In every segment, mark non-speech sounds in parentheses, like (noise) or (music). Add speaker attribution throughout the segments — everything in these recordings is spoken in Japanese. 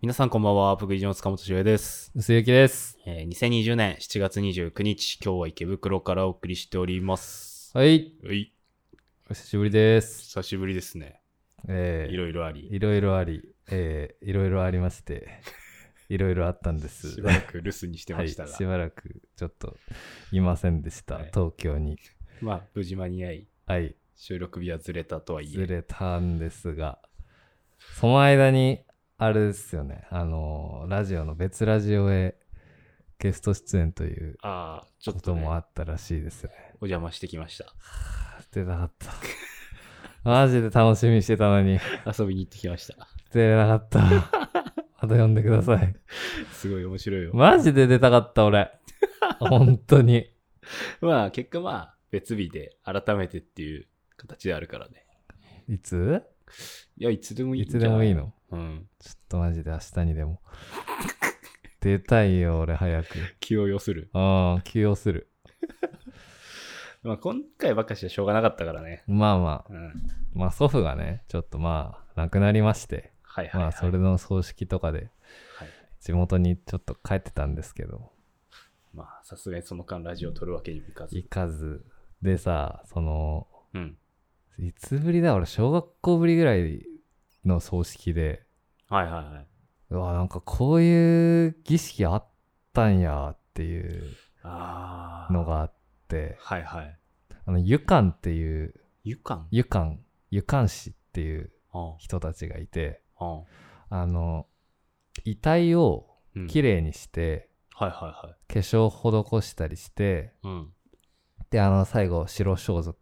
Speaker 1: 皆さんこんばんは、プグイジの塚本修平です。
Speaker 2: 薄雪です。
Speaker 1: えー、2020年7月29日、今日は池袋からお送りしております。
Speaker 2: はい。
Speaker 1: はい。
Speaker 2: お久しぶりです。
Speaker 1: 久しぶりですね。
Speaker 2: えー
Speaker 1: いろいろあり。
Speaker 2: いろいろあり、えーいろいろありまして、 (laughs) いろいろあったんです。
Speaker 1: しばらく留守にしてました
Speaker 2: は
Speaker 1: が
Speaker 2: い、し。ばらくちょっといませんでした。
Speaker 1: はい
Speaker 2: 東京に。
Speaker 1: まあ、無事間に合い、
Speaker 2: はい。
Speaker 1: 収録日はずれたとはい
Speaker 2: ず
Speaker 1: え。
Speaker 2: れたんですが、その間に、あれですよね、あのーラジオの別ラジオへゲスト出演という
Speaker 1: ああ、ちょ
Speaker 2: こ
Speaker 1: っと、
Speaker 2: と
Speaker 1: ね、
Speaker 2: もあ
Speaker 1: お
Speaker 2: ったらしいですよね。
Speaker 1: 邪魔してきました。
Speaker 2: 出なかった。 (laughs) マジで楽しみにしてたのに。
Speaker 1: 遊びに行ってきました。
Speaker 2: 出れなかった。 (laughs) また呼んでください。
Speaker 1: すごい面白いよ。ま
Speaker 2: マジで出たかった、俺。本当に。
Speaker 1: あ、結果まあ、別日で改めてっていう形であるからね。
Speaker 2: いつ
Speaker 1: いや、いつでもいい
Speaker 2: い
Speaker 1: んじゃ
Speaker 2: つ
Speaker 1: な
Speaker 2: でもいい。の
Speaker 1: うん。
Speaker 2: ちょっとマジで明日にでも。出たいよ、俺、早く。
Speaker 1: 気を要する。
Speaker 2: うん、休養する。
Speaker 1: まあ、今回ばっかしはしょうがなかったからね。
Speaker 2: まあまあ
Speaker 1: う、ん。はい
Speaker 2: まあ祖父がね、ちょっとまあ、亡くなりまして、
Speaker 1: はい、はい。
Speaker 2: まあ、それの葬式とかで、
Speaker 1: はい
Speaker 2: 地元にちょっと帰ってたんですけど、
Speaker 1: まあ、さすがにその間ラジオ撮るわけにもいかず
Speaker 2: 行。かず。でさ、その、
Speaker 1: うん。
Speaker 2: いつぶりだ、俺、小学校ぶりぐらいの葬式で、
Speaker 1: はいはいはい。
Speaker 2: うわなんかこういう儀式あったんやっていう
Speaker 1: ああ。
Speaker 2: のがあって
Speaker 1: はいはい。
Speaker 2: あの湯館っていう
Speaker 1: ゆかん
Speaker 2: 湯館湯館師っていう
Speaker 1: あ
Speaker 2: 人たちがいて
Speaker 1: あ。ああ。
Speaker 2: あの遺体を
Speaker 1: うん
Speaker 2: きれいにして、
Speaker 1: はいはいはい。
Speaker 2: 化粧施したりして
Speaker 1: うん。
Speaker 2: であの最後白装束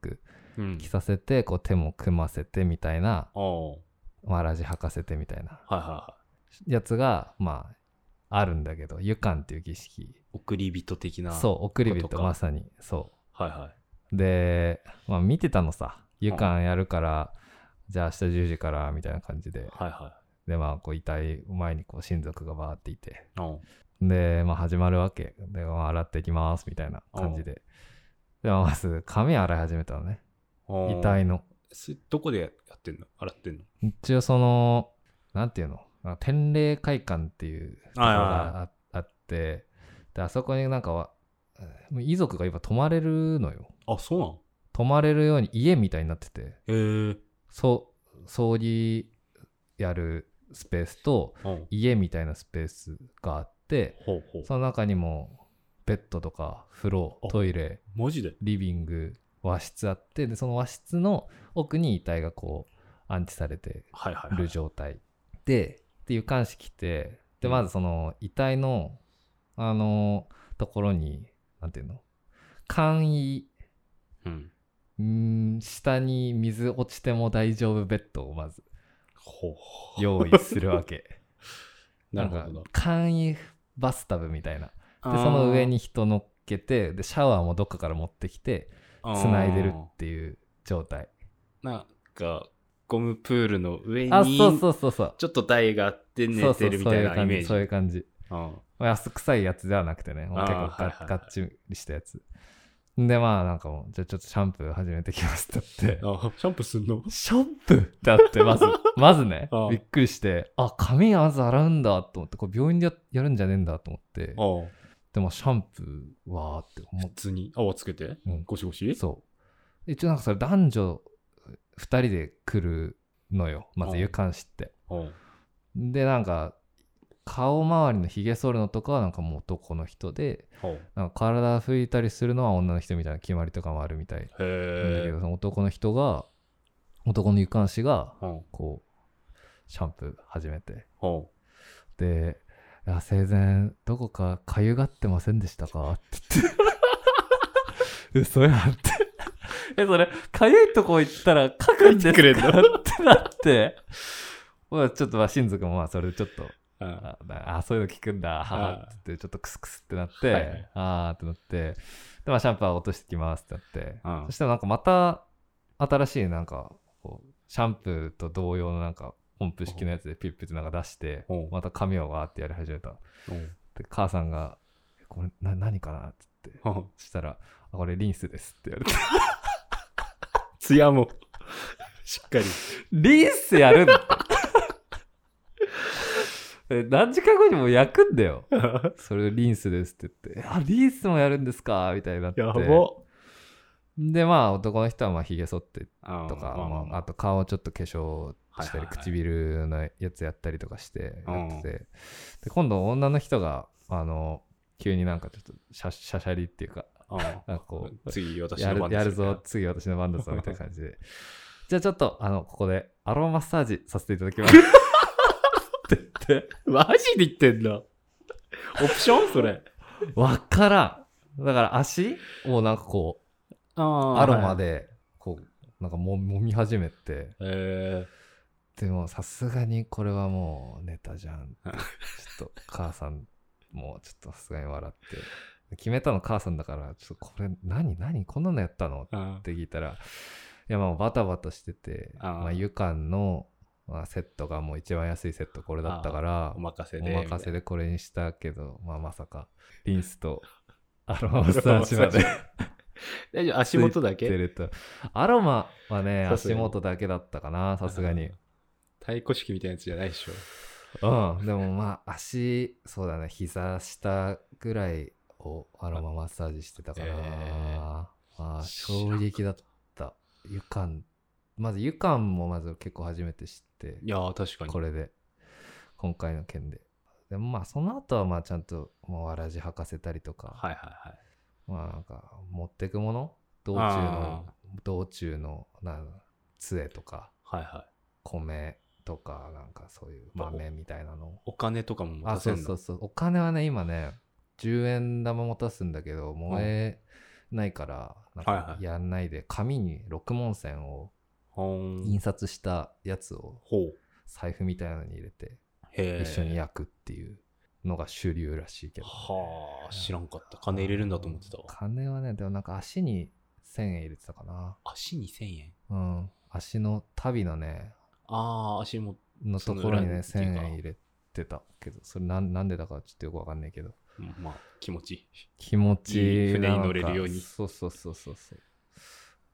Speaker 1: うん
Speaker 2: 着させてこう手も組ませてみたいな
Speaker 1: ああ。はい
Speaker 2: わらじ履かせてみたいな
Speaker 1: はいはい。
Speaker 2: やつがまああるんだけど湯館っていう儀式
Speaker 1: 送り人的な。
Speaker 2: そう送り
Speaker 1: こと
Speaker 2: 人
Speaker 1: か
Speaker 2: まさにそう
Speaker 1: う。はいはい。
Speaker 2: で、まあ、見てたのさ、湯館やるから、じゃあ明日10時からみたいな感じで、
Speaker 1: はいは
Speaker 2: で、まあ、こう遺体前にこう親族がバーっていて、
Speaker 1: い。うん。
Speaker 2: で、まあ、始まるわけ。で、まあ、洗っていきますみたいな感じで。で、まあまず、髪洗い始めたのね、
Speaker 1: ああ
Speaker 2: 遺体の。
Speaker 1: すどこでやってんの洗ってんの
Speaker 2: 一応、その、なんていうの、あ天霊会館っていうところ
Speaker 1: はいはい
Speaker 2: がああって、で、あそこになんかは、もう遺族が今泊まれるのよ。
Speaker 1: あ、そうなの
Speaker 2: 泊まれるように家みたいになってて。
Speaker 1: へえ。
Speaker 2: そう葬儀やるスペースと
Speaker 1: うん。
Speaker 2: 家みたいなスペースがあって
Speaker 1: ほうほう。
Speaker 2: その中にもベッドとか風呂
Speaker 1: あ
Speaker 2: トイレ
Speaker 1: マジで
Speaker 2: リビング和室あってでその和室の奥に遺体がこう安置されて
Speaker 1: はいはいはい。
Speaker 2: る状態でっていう鑑識来て
Speaker 1: う
Speaker 2: で
Speaker 1: ん
Speaker 2: まずその遺体のあのところになんていうの簡易
Speaker 1: うん。
Speaker 2: うーん下に水落ちても大丈夫ベッドをまず
Speaker 1: ほうほう。
Speaker 2: 用意するわけ
Speaker 1: (laughs) なる
Speaker 2: んか
Speaker 1: ほど。
Speaker 2: 簡易バスタブみたいなで
Speaker 1: で
Speaker 2: その上に、人乗っけてでシャワーもどっかから持ってきてつないでるっていう状態
Speaker 1: なんか、ゴムプールの上に、
Speaker 2: あそうそうそうそう
Speaker 1: ちょっと台があって
Speaker 2: そ
Speaker 1: 寝
Speaker 2: うそ
Speaker 1: て
Speaker 2: う
Speaker 1: るみ
Speaker 2: そう
Speaker 1: たい
Speaker 2: いう
Speaker 1: なイ
Speaker 2: 感
Speaker 1: メー
Speaker 2: じ
Speaker 1: ジ。
Speaker 2: そういう感じ
Speaker 1: うん
Speaker 2: 安臭いやつではなくてねもう結構
Speaker 1: あーはいはい
Speaker 2: ガ
Speaker 1: は
Speaker 2: ッ
Speaker 1: い
Speaker 2: ガッチリしたやつでまあなんかもうじゃあちょっとシャンプー始めてきますって言って
Speaker 1: あ、シャンプーすんの
Speaker 2: シャンプーだって
Speaker 1: (laughs)
Speaker 2: まずまずね
Speaker 1: あー
Speaker 2: びっくりしてあ髪まず洗うんだと思ってこれ病院でややるんじゃねえんだと思って
Speaker 1: あ
Speaker 2: でもシャンプーはーって思っ
Speaker 1: 普通に泡つけて、
Speaker 2: うん
Speaker 1: ゴシゴシ
Speaker 2: そう。一応なんかそれ男女2人で来るのよ。ま
Speaker 1: う
Speaker 2: ず
Speaker 1: ん
Speaker 2: 湯管師って。
Speaker 1: うん
Speaker 2: で、なんか顔周りのひげ剃るのとかはなんかもう男の人で、
Speaker 1: ほう
Speaker 2: なんか体拭いたりするのは女の人みたいな決まりとかもあるみたい
Speaker 1: へ
Speaker 2: なんだけ
Speaker 1: え
Speaker 2: ど、。その男の人が、男の湯管師が、
Speaker 1: うん
Speaker 2: こう、シャンプー始めて。
Speaker 1: ほ
Speaker 2: で、いや生前、どこかかゆがってませんでしたかって言って。嘘やんって。え、それ、かゆいとこ行ったら書くんです
Speaker 1: かくれんの
Speaker 2: ってなって。まあちょっとまあ親族もまあそれでちょっと、
Speaker 1: ううん
Speaker 2: あなあ、そういうの聞くんだ、ははって言って、ちょっとクスクスってなって、
Speaker 1: はいはい
Speaker 2: あーってなって、で、まあシャンプー落としてきますってなって、
Speaker 1: うん
Speaker 2: そしたらなんかまた新しいなんか、こう、シャンプーと同様のなんか、ポンプ式のやつでピッピッてなんか出して
Speaker 1: ほう、
Speaker 2: また髪をわーってやり始めた。
Speaker 1: うん
Speaker 2: で母さんが「これな何かな?」っつって
Speaker 1: うん
Speaker 2: そしたら「あこれリンスです」って言われて
Speaker 1: (laughs) ツヤも、 (laughs) しっかり。 (laughs)
Speaker 2: 「リンスやるんだ!」え何時間後にもう焼くんだよ。それリンスですって言って、 (laughs) あ、リンスもやるんですかみたいになって。
Speaker 1: やば。
Speaker 2: で、まあ男の人はまあ髭剃ってとか、
Speaker 1: うん
Speaker 2: まあ、あと顔ちょっと化粧した
Speaker 1: はいはいは
Speaker 2: り、
Speaker 1: い
Speaker 2: 唇のやつやったりとかして
Speaker 1: うん
Speaker 2: やってて、で、今度女の人が、あの、急になんかちょっとシャシャシャリっていうか、
Speaker 1: うん
Speaker 2: なんかこう、
Speaker 1: 次、私
Speaker 2: や
Speaker 1: の
Speaker 2: る
Speaker 1: 番
Speaker 2: や
Speaker 1: で
Speaker 2: る
Speaker 1: すよ
Speaker 2: ぞ、次私の番だぞみたいな感
Speaker 1: (laughs)
Speaker 2: じで。じゃあちょっと、あの、ここでアロママッサージさせていただきます。
Speaker 1: (laughs)
Speaker 2: って言って、
Speaker 1: マジで言ってんだ。オプションそれ。
Speaker 2: わからん。だから足をなんかこう、アロマ
Speaker 1: で。
Speaker 2: で、こう、なんかも揉み始めて、
Speaker 1: え
Speaker 2: でもさすがにこれはもうネタじゃんって。ちょっと母さん、もうちょっとさすがに笑って。決めたの母さんだから、ちょっとこれ何何こんなのやったの
Speaker 1: ーうん
Speaker 2: っ。て聞いたら、いやまあバタバタしてて、
Speaker 1: あー
Speaker 2: まあ湯間の、まあ、セットがもう一番安いセットこれだったから、
Speaker 1: お任せ
Speaker 2: お
Speaker 1: で。
Speaker 2: 任せ
Speaker 1: で。
Speaker 2: でこれにしたけど、まあまさか、リンスとアロママッサージまで
Speaker 1: (laughs) 大丈夫、足元だ
Speaker 2: 出
Speaker 1: け
Speaker 2: ると。アロマはね、
Speaker 1: さすがに
Speaker 2: 足元だけだったかな、さすがに。
Speaker 1: 太鼓式みたいなやつじゃないでしょ。
Speaker 2: うん、でもまあ足、そうだね、膝下ぐらいをアロママッサージしてたから、
Speaker 1: えー
Speaker 2: まあ
Speaker 1: 知らんか
Speaker 2: 衝
Speaker 1: った
Speaker 2: 撃だった。湯間、まず湯間もまず結構初めて知って、
Speaker 1: いやー、確かに。
Speaker 2: これで、今回の件で。でもまあその後はまあちゃんともうわらじ履かせたりとか、
Speaker 1: はいはいはい。
Speaker 2: まあなんか持ってくもの道中
Speaker 1: あ
Speaker 2: の、道中のなん杖とか
Speaker 1: はいはい。
Speaker 2: 米とかなんかそういう豆みたいなのを
Speaker 1: お金とかも持
Speaker 2: あ
Speaker 1: た
Speaker 2: そ
Speaker 1: せ
Speaker 2: うんそ
Speaker 1: の
Speaker 2: うそうお金はね今ね10円玉持たすんだけど燃えないからな
Speaker 1: はい
Speaker 2: んか
Speaker 1: はい
Speaker 2: やんないで紙に六文銭を
Speaker 1: ほーん
Speaker 2: 印刷したやつを
Speaker 1: ほう。
Speaker 2: 財布みたいなのに入れて
Speaker 1: へえ。
Speaker 2: 一緒に焼くっていうのが主流らしいけど
Speaker 1: はあ、知らんかった。金入れるんだと思ってたわ。
Speaker 2: 金はねでもなんか足に1000円入れてたかな
Speaker 1: 足2000円
Speaker 2: うん足の旅のね
Speaker 1: ああ、足も。
Speaker 2: のところにね
Speaker 1: その裏にっていうか
Speaker 2: 1000円入れてたけどそれなんなんでだかちょっとよくわかんないけど
Speaker 1: うんまあ、気持ちいい。
Speaker 2: 気持ち
Speaker 1: いい
Speaker 2: なの
Speaker 1: 船
Speaker 2: か
Speaker 1: に乗れるように
Speaker 2: そうそうそうそうそう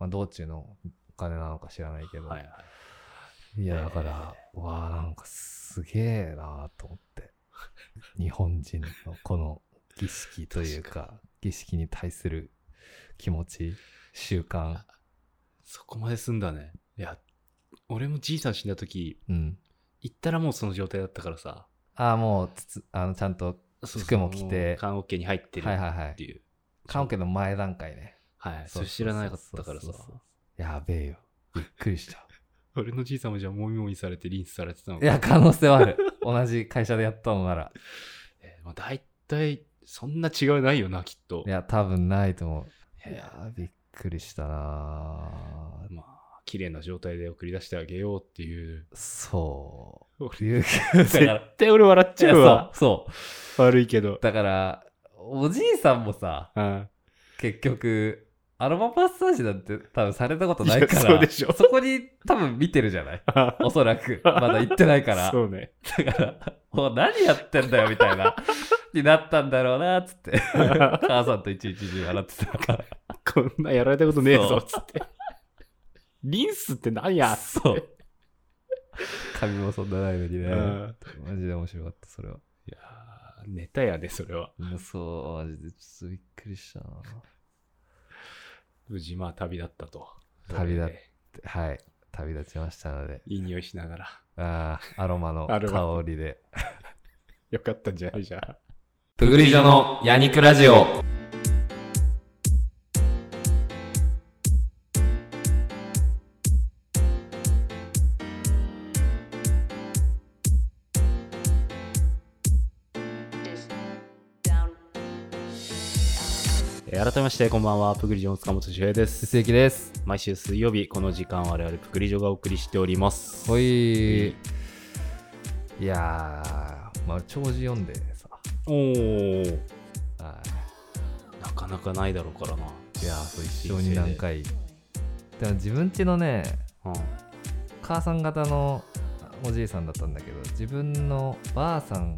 Speaker 2: まあ道中のお金なのか知らないけど、、
Speaker 1: はいはいい。
Speaker 2: やだから、わあなんかすげえなと
Speaker 1: (laughs)
Speaker 2: 思って日本人のこの儀式というか
Speaker 1: 確
Speaker 2: 儀式に対する気持ち習慣
Speaker 1: そこまで済んだね。いや、俺もじいさん死んだ時、
Speaker 2: うん
Speaker 1: 行ったらもうその状態だったからさ。
Speaker 2: ああもうつつあのちゃんと
Speaker 1: そうそう
Speaker 2: 服も着て
Speaker 1: う棺桶に入ってる
Speaker 2: はいはいは
Speaker 1: って
Speaker 2: い
Speaker 1: いう。
Speaker 2: カオケの前段階ね
Speaker 1: はい。そ
Speaker 2: そうそうそう
Speaker 1: れ知らなかったから
Speaker 2: そ
Speaker 1: さ
Speaker 2: う。そうそうやべえよびっくりした
Speaker 1: 俺のじいさんもじゃあもみもみされてリンスされてたの
Speaker 2: い
Speaker 1: か。
Speaker 2: や可能性はある同じ会社でやったのなら
Speaker 1: えーまあ、大体、そんな違いないよな、きっと。
Speaker 2: いや、多分ないと思う。
Speaker 1: い
Speaker 2: い
Speaker 1: や
Speaker 2: やー、びっくりしたなー
Speaker 1: まあ、綺麗な状態で送り出してあげようっていう。
Speaker 2: そ
Speaker 1: (laughs) 俺
Speaker 2: う。
Speaker 1: (laughs)
Speaker 2: 琉球
Speaker 1: 絶対俺笑っちゃうわ。
Speaker 2: そう。そ
Speaker 1: 悪いけど
Speaker 2: う。。だから、おじいさんもさ、
Speaker 1: うん。
Speaker 2: 結局、アロママッサージなんて多分されたことないから、
Speaker 1: いやそうでしょ
Speaker 2: そこに多分見てるじ
Speaker 1: (laughs)
Speaker 2: ゃないおそらく。まだ行ってないから。
Speaker 1: そう (laughs) ね。
Speaker 2: だから、もう何やってんだよ、みたいな。になったんだろうな、つって。母さんと一日中笑ってたから。
Speaker 1: こんなやられたことねえ
Speaker 2: そう
Speaker 1: ぞ、つって。リンスって何や
Speaker 2: そう。髪もそんなないのにね。
Speaker 1: うん
Speaker 2: マジで面白かった、それは。
Speaker 1: いやーネタやね、それは。
Speaker 2: そう、マジで、ちょっとびっくりしたな。
Speaker 1: 無事、まあ、旅だったと。
Speaker 2: 旅だ
Speaker 1: これで
Speaker 2: はい、旅立ちましたので、
Speaker 1: いい匂いしながら。
Speaker 2: あーアロマの
Speaker 1: アロ
Speaker 2: 香りで。
Speaker 1: よかったんじゃないじゃん。
Speaker 2: プグリジョのヤニクラジオ。
Speaker 1: えー改めまして、こんばんは。プグリジョン塚本修平です。
Speaker 2: 鈴木です。
Speaker 1: 毎週水曜日、この時間、我々プグリジョがお送りしております。
Speaker 2: ほい
Speaker 1: い
Speaker 2: いやー、まあ、長寿読んでさ。
Speaker 1: おー、
Speaker 2: は
Speaker 1: なかなかないだろうからな。
Speaker 2: いいやー、そう一生に何回。でも自分家のね、
Speaker 1: うん。
Speaker 2: 母さん方のおじいさんだったんだけど自分のばあさん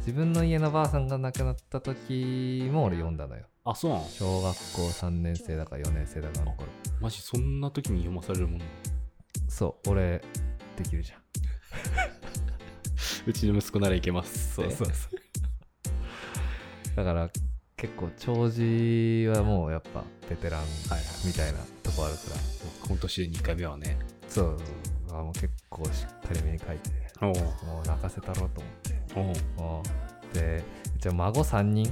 Speaker 2: 自分の家のばあさんが亡くなった時も俺読んだのよ
Speaker 1: あ、そうなの
Speaker 2: 小学校3年生だか4年生だかの頃
Speaker 1: マジ、そんな時に読まされるもの。
Speaker 2: そう俺できるじゃん
Speaker 1: うちの息子ならいけますって
Speaker 2: うそうだから結構長寿はもうやっぱベテラン
Speaker 1: はいはい
Speaker 2: みたいなとこあるから、
Speaker 1: 今年2回目はね
Speaker 2: そうあもう結構しっかり目に書いて
Speaker 1: おう
Speaker 2: もう泣かせたろうと思って
Speaker 1: おう
Speaker 2: もうでうちは孫3人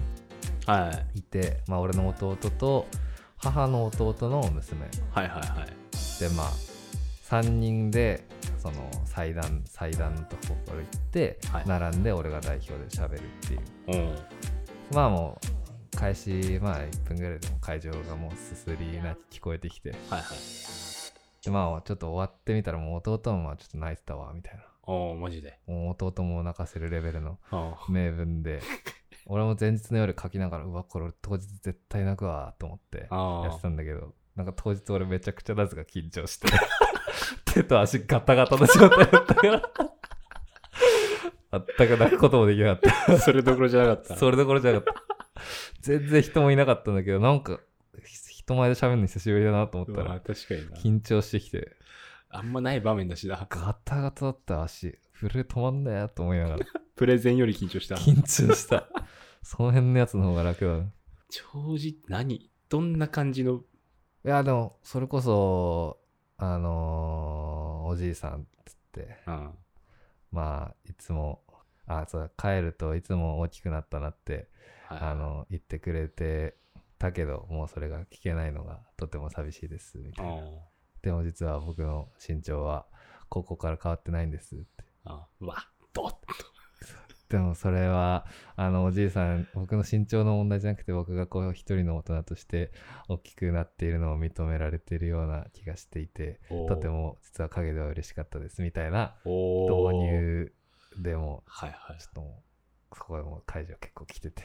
Speaker 1: はいはい
Speaker 2: いて、まあ、俺の弟と母の弟の娘
Speaker 1: はいはい
Speaker 2: でまあ3人でその祭壇祭壇のとこから行って、
Speaker 1: はい
Speaker 2: 並んで俺が代表で喋るっていう
Speaker 1: おう
Speaker 2: まあもう開始まあ1分ぐらいでも会場がもうすすり泣き聞こえてきて
Speaker 1: はいはい
Speaker 2: でまあちょっと終わってみたらもう弟もまあちょっと泣いてたわみたいな
Speaker 1: おうマジで
Speaker 2: もう弟も泣かせるレベルの
Speaker 1: おう
Speaker 2: 名
Speaker 1: (laughs)
Speaker 2: 文で俺も前日の夜書きながらうわこれ当日絶対泣くわと思ってやっ
Speaker 1: あ
Speaker 2: てたんだけどなんか当日俺めちゃくちゃなぜか緊張して (laughs) 手と足ガタガタの状態だったから全く泣くこともできなかっ
Speaker 1: あそれどころじゃなかったた
Speaker 2: それどころじゃなかった全然人もいなかったんだけどなんかひ人前で喋るの久しぶりだなと思
Speaker 1: う
Speaker 2: った
Speaker 1: わ
Speaker 2: ら
Speaker 1: 確かにな
Speaker 2: 緊張してきて
Speaker 1: あんまない場面だしな
Speaker 2: ガタガタだった足震え止まんねえと思いながら
Speaker 1: プレゼンより緊張した
Speaker 2: 緊張したその辺のやつの方が楽だな
Speaker 1: 長寿何どんな感じの
Speaker 2: いやでもそれこそあのーおじいさんっつって
Speaker 1: うん
Speaker 2: まあいつもあそうだ帰るといつも大きくなったなって
Speaker 1: はい
Speaker 2: あの言ってくれてたけどもうそれが聞けないのがとても寂しいですみたいな
Speaker 1: おう
Speaker 2: でも実は僕の身長は高校から変わってないんですって
Speaker 1: あうわドッと
Speaker 2: でもそれはあのおじいさん僕の身長の問題じゃなくて僕がこう一人の大人として大きくなっているのを認められているような気がしていて
Speaker 1: おう
Speaker 2: とても実は陰では嬉しかったですみたいな
Speaker 1: おう
Speaker 2: 導入でも
Speaker 1: はいは
Speaker 2: ちょっともう、そこでもう会場結構来てて。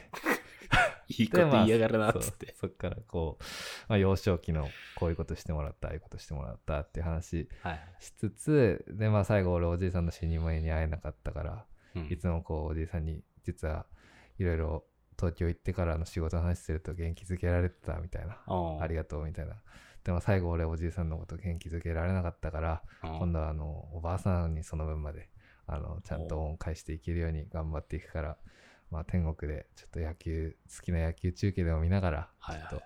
Speaker 1: いいいこと言いやがるなっ
Speaker 2: そう
Speaker 1: つって
Speaker 2: そっからこう、まあ、幼少期のこういうことしてもらった、ああいうことしてもらったっていう話
Speaker 1: はい
Speaker 2: しつつ、で、まあ最後俺おじいさんの死に前に会えなかったから、
Speaker 1: うん
Speaker 2: いつもこうおじいさんに実はいろいろ東京行ってからの仕事の話すると元気づけられてたみたいな。
Speaker 1: おう
Speaker 2: ありがとうみたいな。でも最後俺おじいさんのこと元気づけられなかったから、
Speaker 1: うん
Speaker 2: 今度はあのおばあさんにその分まであのちゃんと恩返していけるように頑張っていくから、まあ、天国でちょっと野球好きな野球中継でも見ながらち
Speaker 1: はい
Speaker 2: ょ
Speaker 1: はい
Speaker 2: っと、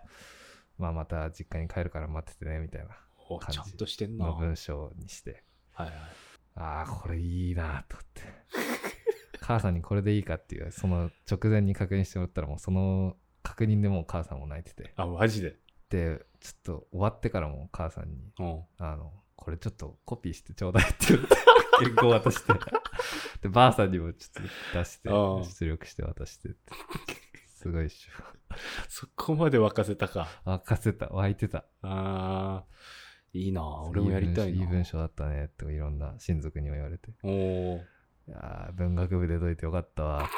Speaker 2: まあ、また実家に帰るから待っててねみたいな
Speaker 1: お
Speaker 2: 感
Speaker 1: ち
Speaker 2: じ
Speaker 1: ゃんとしてんな。
Speaker 2: の
Speaker 1: はい
Speaker 2: 文章にして
Speaker 1: はい。
Speaker 2: ああこれいいなと思って (laughs) 母さんにこれでいいかっていうその直前に確認してもらったらもうその確認でもう母さんも泣いてて
Speaker 1: あ、マジで。
Speaker 2: でちょっと終わってからも母さんに
Speaker 1: うん。
Speaker 2: あの、これちょっとコピーしてちょうだいって言って、原稿渡 (laughs) して、で、ばあさんにもちょっと出して
Speaker 1: ああ、
Speaker 2: 出力して渡して (laughs) って。すごいっし
Speaker 1: そこまで沸かせたか。
Speaker 2: ょ。沸かせた、湧いてた。
Speaker 1: あーいいな。俺もやりたい
Speaker 2: い
Speaker 1: な。
Speaker 2: い文章いい文章だったねっていろんな親族にも言われて。
Speaker 1: おおー。
Speaker 2: いやー文学部出といてよかったわって。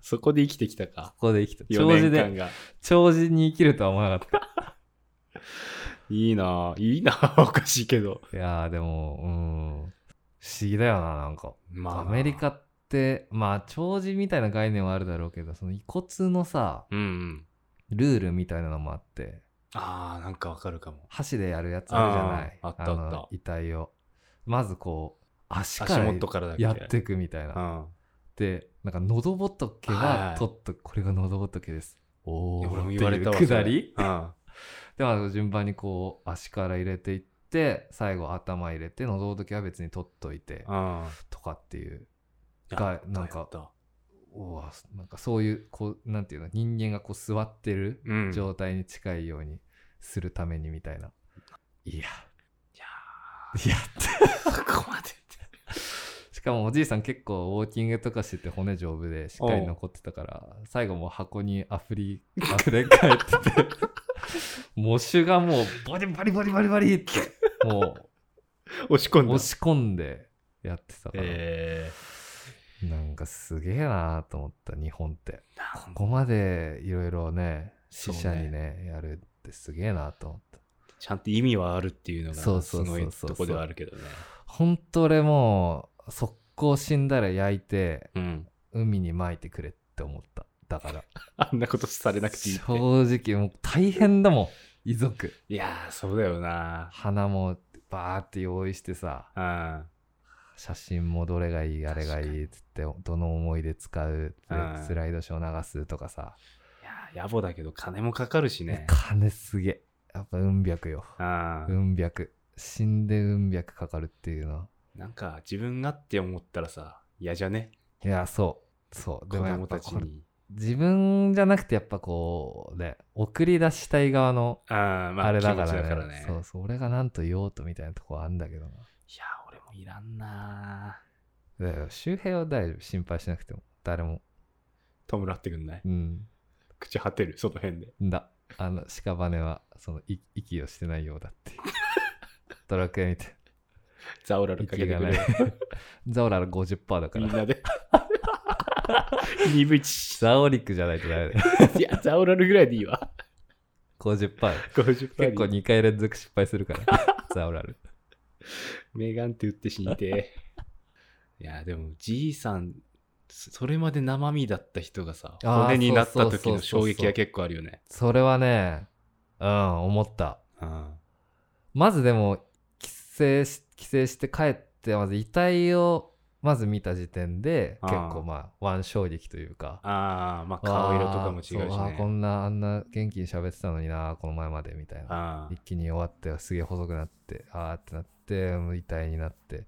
Speaker 1: そこで生きてきた
Speaker 2: こ
Speaker 1: か。
Speaker 2: こで生きた。
Speaker 1: 4
Speaker 2: 長寿
Speaker 1: 年間
Speaker 2: で、
Speaker 1: が。
Speaker 2: 長寿に生きるとは思わなかっ
Speaker 1: いいな。いいな。 (laughs) おかしいけど。
Speaker 2: (laughs) た。いやーでも、うーん。不思議だよな、なんか。
Speaker 1: ま
Speaker 2: アメリ。カって、まあ、長寿みたいな概念はあるだろうけど、その遺骨のさ、
Speaker 1: うんうん。
Speaker 2: ルールみたいなのもあって
Speaker 1: あーなんかわかるかも。
Speaker 2: 箸でやるやつあるじゃない
Speaker 1: あーあったあった
Speaker 2: の遺体をまずこう足か
Speaker 1: 足
Speaker 2: ら
Speaker 1: 元からだけ。
Speaker 2: やっていくみたいな、
Speaker 1: うん。
Speaker 2: でなんか喉仏
Speaker 1: はいは
Speaker 2: はい取っと、これが喉仏ですお
Speaker 1: いや
Speaker 2: お
Speaker 1: 俺も言われたわ。
Speaker 2: く
Speaker 1: そ
Speaker 2: だ
Speaker 1: れ
Speaker 2: り
Speaker 1: うん。
Speaker 2: (laughs)
Speaker 1: は
Speaker 2: でまあ順番にこう足から入れていって最後頭入れて喉仏は別に取っといて
Speaker 1: うん。
Speaker 2: とかっていう
Speaker 1: や
Speaker 2: が
Speaker 1: った
Speaker 2: なんか
Speaker 1: やった
Speaker 2: おわなんかそういうこうなんていうの人間がこう座ってる
Speaker 1: うん。
Speaker 2: (laughs) 状態に近いようにするためにみたいな、
Speaker 1: い
Speaker 2: いや
Speaker 1: や
Speaker 2: いや
Speaker 1: ーそこまでって。
Speaker 2: しかもおじいさん結構ウォーキングとかしてて骨丈夫でしっかり残ってたから最後もう箱にあふ (laughs) りあふれ返ってて喪主がもうボリボリボリボリボリっても
Speaker 1: (laughs) 押し込ん
Speaker 2: う
Speaker 1: だ。
Speaker 2: 押し込んでやってたから、
Speaker 1: え
Speaker 2: なんかすげえなと思った日本って
Speaker 1: ーなん
Speaker 2: ここまでいろいろね死者に
Speaker 1: そう
Speaker 2: ねやるってすげえなと思った
Speaker 1: ちゃんと意味はあるっていうの
Speaker 2: そ
Speaker 1: が
Speaker 2: う
Speaker 1: す
Speaker 2: そうそう
Speaker 1: ごい
Speaker 2: そう
Speaker 1: とこではあるけどね。
Speaker 2: ほんと俺もう速攻死んだら焼いて
Speaker 1: うん。
Speaker 2: 海に撒いてくれって思っただから
Speaker 1: あんなことされなくていいって。
Speaker 2: 正直もう大変だもん遺族
Speaker 1: いやー、そうだよな。
Speaker 2: 花もバーって用意してさ
Speaker 1: うん。
Speaker 2: 写真もどれがいいあれがいいっつってどの思い出使う
Speaker 1: うん
Speaker 2: スライドショー流すとかさ、
Speaker 1: いや野暮だけど金もかかるしね。
Speaker 2: 金すげえやっぱ運百よ
Speaker 1: ああ
Speaker 2: 運百死んで運百かかるっていうの
Speaker 1: なんか自分がって思ったらさ、嫌じゃね
Speaker 2: いやそうそう
Speaker 1: 子
Speaker 2: でもやっ
Speaker 1: 供
Speaker 2: ぱ
Speaker 1: たち
Speaker 2: これ
Speaker 1: に。
Speaker 2: 自分じゃなくてやっぱこうね送り出したい側の
Speaker 1: ああ、まあ、
Speaker 2: あれだか
Speaker 1: 気持
Speaker 2: らね
Speaker 1: ちだからね。
Speaker 2: そうそう俺がなんと言おうとみたいなとこあんだけど
Speaker 1: いや、俺もいらんなぁ。
Speaker 2: なだから周平は大丈夫心配しなくても誰も
Speaker 1: 弔ってくんない
Speaker 2: うん
Speaker 1: 朽ち果てる、その辺で。
Speaker 2: んだあの屍はそのい息をしてないようだって
Speaker 1: (laughs)
Speaker 2: ドラクエみたい
Speaker 1: ザオラルかけ
Speaker 2: 息
Speaker 1: て
Speaker 2: が
Speaker 1: く
Speaker 2: な
Speaker 1: れ
Speaker 2: い (laughs) ザオラル50%だか
Speaker 1: みん
Speaker 2: ら
Speaker 1: なで。 (laughs) リブチ。
Speaker 2: ザオリックじゃないとダメだよ
Speaker 1: いや、ザオラルぐらいでいいわ。
Speaker 2: 50%だよ
Speaker 1: 50
Speaker 2: 結構
Speaker 1: に。
Speaker 2: 2回連続失敗するからザオラル
Speaker 1: メガンって言って死にて
Speaker 2: (laughs)
Speaker 1: え。いや、でも、じいさん、そそれまで生身だった人がさ、
Speaker 2: あー
Speaker 1: 骨になった時
Speaker 2: そうそうそう
Speaker 1: の
Speaker 2: そう
Speaker 1: 衝撃は結構あるよね。
Speaker 2: それはねうん思った
Speaker 1: うん。
Speaker 2: まずでも帰省し帰省して帰ってまず遺体をまず見た時点で
Speaker 1: あ
Speaker 2: 結
Speaker 1: ー
Speaker 2: 構まあ腕衝撃というか
Speaker 1: ああ、まあ、顔色とかも違うし
Speaker 2: わーそうあーこ
Speaker 1: ね。
Speaker 2: んなあんな元気に喋ってたのになこの前までみたいな
Speaker 1: あ
Speaker 2: 一気に終わってすげえ細くなってあーってなってもう遺体になって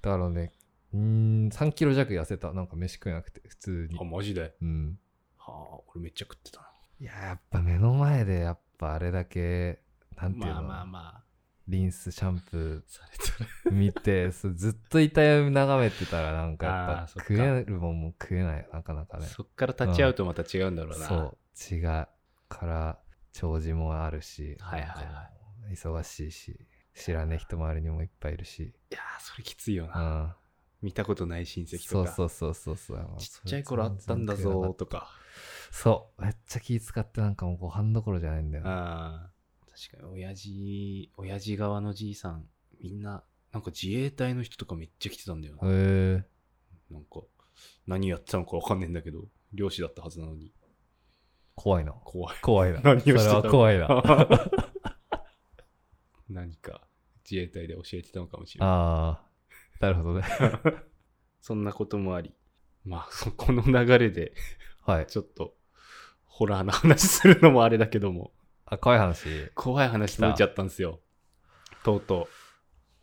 Speaker 2: だからねうーん3キロ弱痩せたなんか飯食えなくて普通に
Speaker 1: あ、あ、マジで。
Speaker 2: うん
Speaker 1: はあ、俺めっちゃ食ってたな。
Speaker 2: いややっぱ目の前でやっぱあれだけなんていうの、
Speaker 1: まあまあまあ、
Speaker 2: リンスシャンプー
Speaker 1: されたら。
Speaker 2: 見てそうずっと遺体を眺めてたらなんかやっ
Speaker 1: あー
Speaker 2: ぱ
Speaker 1: そっか
Speaker 2: 食えるもんも食えないなかなかね
Speaker 1: そっから立ち会うとまた違うんだろうな。
Speaker 2: そう血がから長寿もあるし、
Speaker 1: はいはいはい
Speaker 2: なんかもう忙しいし知らねえ人周りにもいっぱいいるし、
Speaker 1: いやー、それきついよ
Speaker 2: う
Speaker 1: な。
Speaker 2: ん、
Speaker 1: 見たことない親戚
Speaker 2: そ
Speaker 1: と
Speaker 2: う
Speaker 1: か。
Speaker 2: そうそうそうそう
Speaker 1: ちっちゃい頃あったんだぞーとか。
Speaker 2: そうめっちゃ気使ってなんかもうご飯どころじゃないんだよ
Speaker 1: あ
Speaker 2: な
Speaker 1: ー確かに、親父、親父側のじいさん、みんな、なんか自衛隊の人とかめっちゃ来てたんだよな。
Speaker 2: へえ
Speaker 1: なんか、何やってたのかわかんねえんだけど、漁師だったはずなのに。
Speaker 2: 怖いな
Speaker 1: 怖い。
Speaker 2: 怖いな
Speaker 1: 何をしてたの
Speaker 2: (laughs) それは怖いなあ
Speaker 1: (laughs) 何か自衛隊で教えてたのかもしれない。
Speaker 2: あーなるほどね
Speaker 1: そんなこともあり。まあ、そ (laughs) この流れで、
Speaker 2: はい
Speaker 1: ちょっと、ホラーの話するのもあれだけども、
Speaker 2: あ怖い話
Speaker 1: 怖い話届いちゃったんですよ。とうと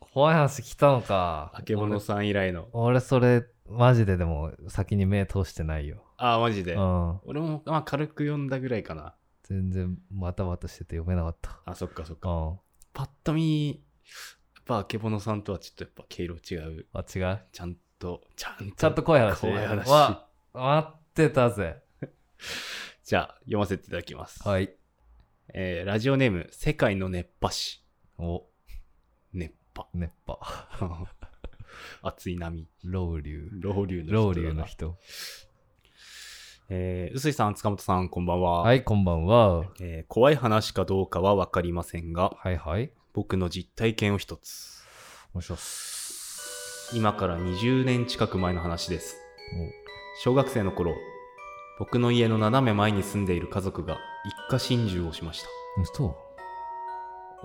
Speaker 1: う、
Speaker 2: 怖い話来たのか
Speaker 1: あけぼのさん以来の。
Speaker 2: 俺それマジででも先に目通してないよ、
Speaker 1: ああ、マジで。
Speaker 2: うん、
Speaker 1: 俺も、まあ、軽く読んだぐらいかな。
Speaker 2: 全然バタバタしてて読めなかった
Speaker 1: あ、そっかそっ
Speaker 2: う
Speaker 1: か。
Speaker 2: ん
Speaker 1: ぱっと見、やっぱあけぼのさんとはちょっとやっぱ毛色違う。
Speaker 2: あ違う
Speaker 1: ちゃんと、ちゃんと。
Speaker 2: ちゃんと怖い話
Speaker 1: 怖い話
Speaker 2: わ待ってたぜ
Speaker 1: じゃあ、読ませていただきます。
Speaker 2: はい
Speaker 1: えーラジオネーム、世界の熱波師。
Speaker 2: お
Speaker 1: 熱波。 (laughs)
Speaker 2: 熱波
Speaker 1: 熱い波。
Speaker 2: 老流
Speaker 1: 老流の人だな。
Speaker 2: 老流の人
Speaker 1: えー、臼井さん、塚本さん、こんばんは。
Speaker 2: はいこんばんは
Speaker 1: えー怖い話かどうかは分かりませんが、
Speaker 2: はいはい
Speaker 1: 僕の実体験を一つ。
Speaker 2: 面白いっす
Speaker 1: 今から20年近く前の話です。小学生の頃、僕の家の斜め前に住んでいる家族が一家心中をしました。
Speaker 2: おそう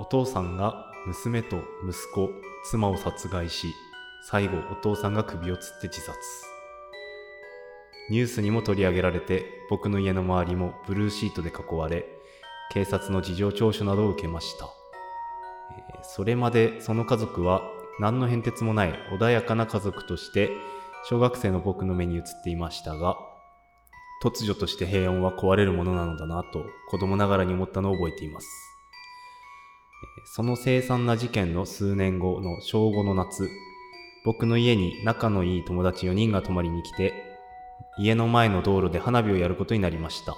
Speaker 1: お父さんが娘と息子、妻を殺害し、最後お父さんが首を吊って自殺。ニュースにも取り上げられて、僕の家の周りもブルーシートで囲われ、警察の事情聴取などを受けました。えーそれまでその家族は何の変哲もない穏やかな家族として、小学生の僕の目に映っていましたが、突如として平穏は壊れるものなのだなと子供ながらに思ったのを覚えています。その凄惨な事件の数年後の正午の夏、僕の家に仲のいい友達4人が泊まりに来て、家の前の道路で花火をやることになりました。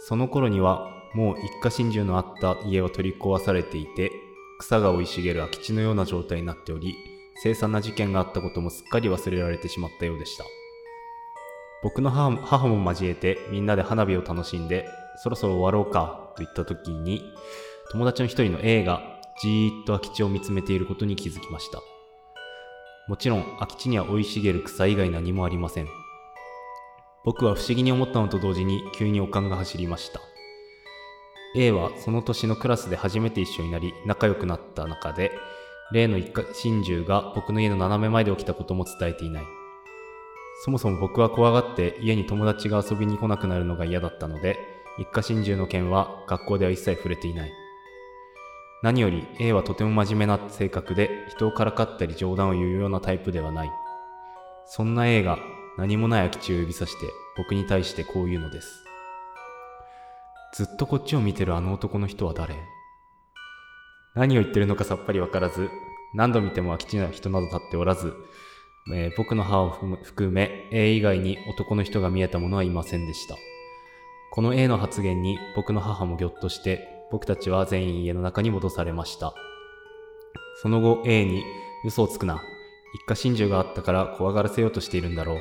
Speaker 1: その頃には、もう一家心中のあった家は取り壊されていて、草が生い茂る空き地のような状態になっており、凄惨な事件があったこともすっかり忘れられてしまったようでした。僕の母も母も交えてみんなで花火を楽しんで、そろそろ終わろうかと言った時に、友達の一人の A がじーっと空き地を見つめていることに気づきましたもちろん空き地には生い茂る草以外何もありません僕は不思議に思ったのと同時に急におかんが走りました A はその年のクラスで初めて一緒になり仲良くなった中で例の一家心中が僕の家の斜め前で起きたことも伝えていないそもそも僕は怖がって家に友達が遊びに来なくなるのが嫌だったので一家心中の件は学校では一切触れていない何より A はとても真面目な性格で人をからかったり冗談を言うようなタイプではないそんな A が何もない空き地を指さして僕に対してこう言うのですずっとこっちを見てるあの男の人は誰何を言ってるのかさっぱりわからず何度見ても空き地には人など立っておらず、えー僕の母を含む含め A 以外に男の人が見えたものはいませんでしたこの A の発言に僕の母もぎょっとして僕たちは全員家の中に戻されましたその後 A に嘘をつくな一家心中があったから怖がらせようとしているんだろう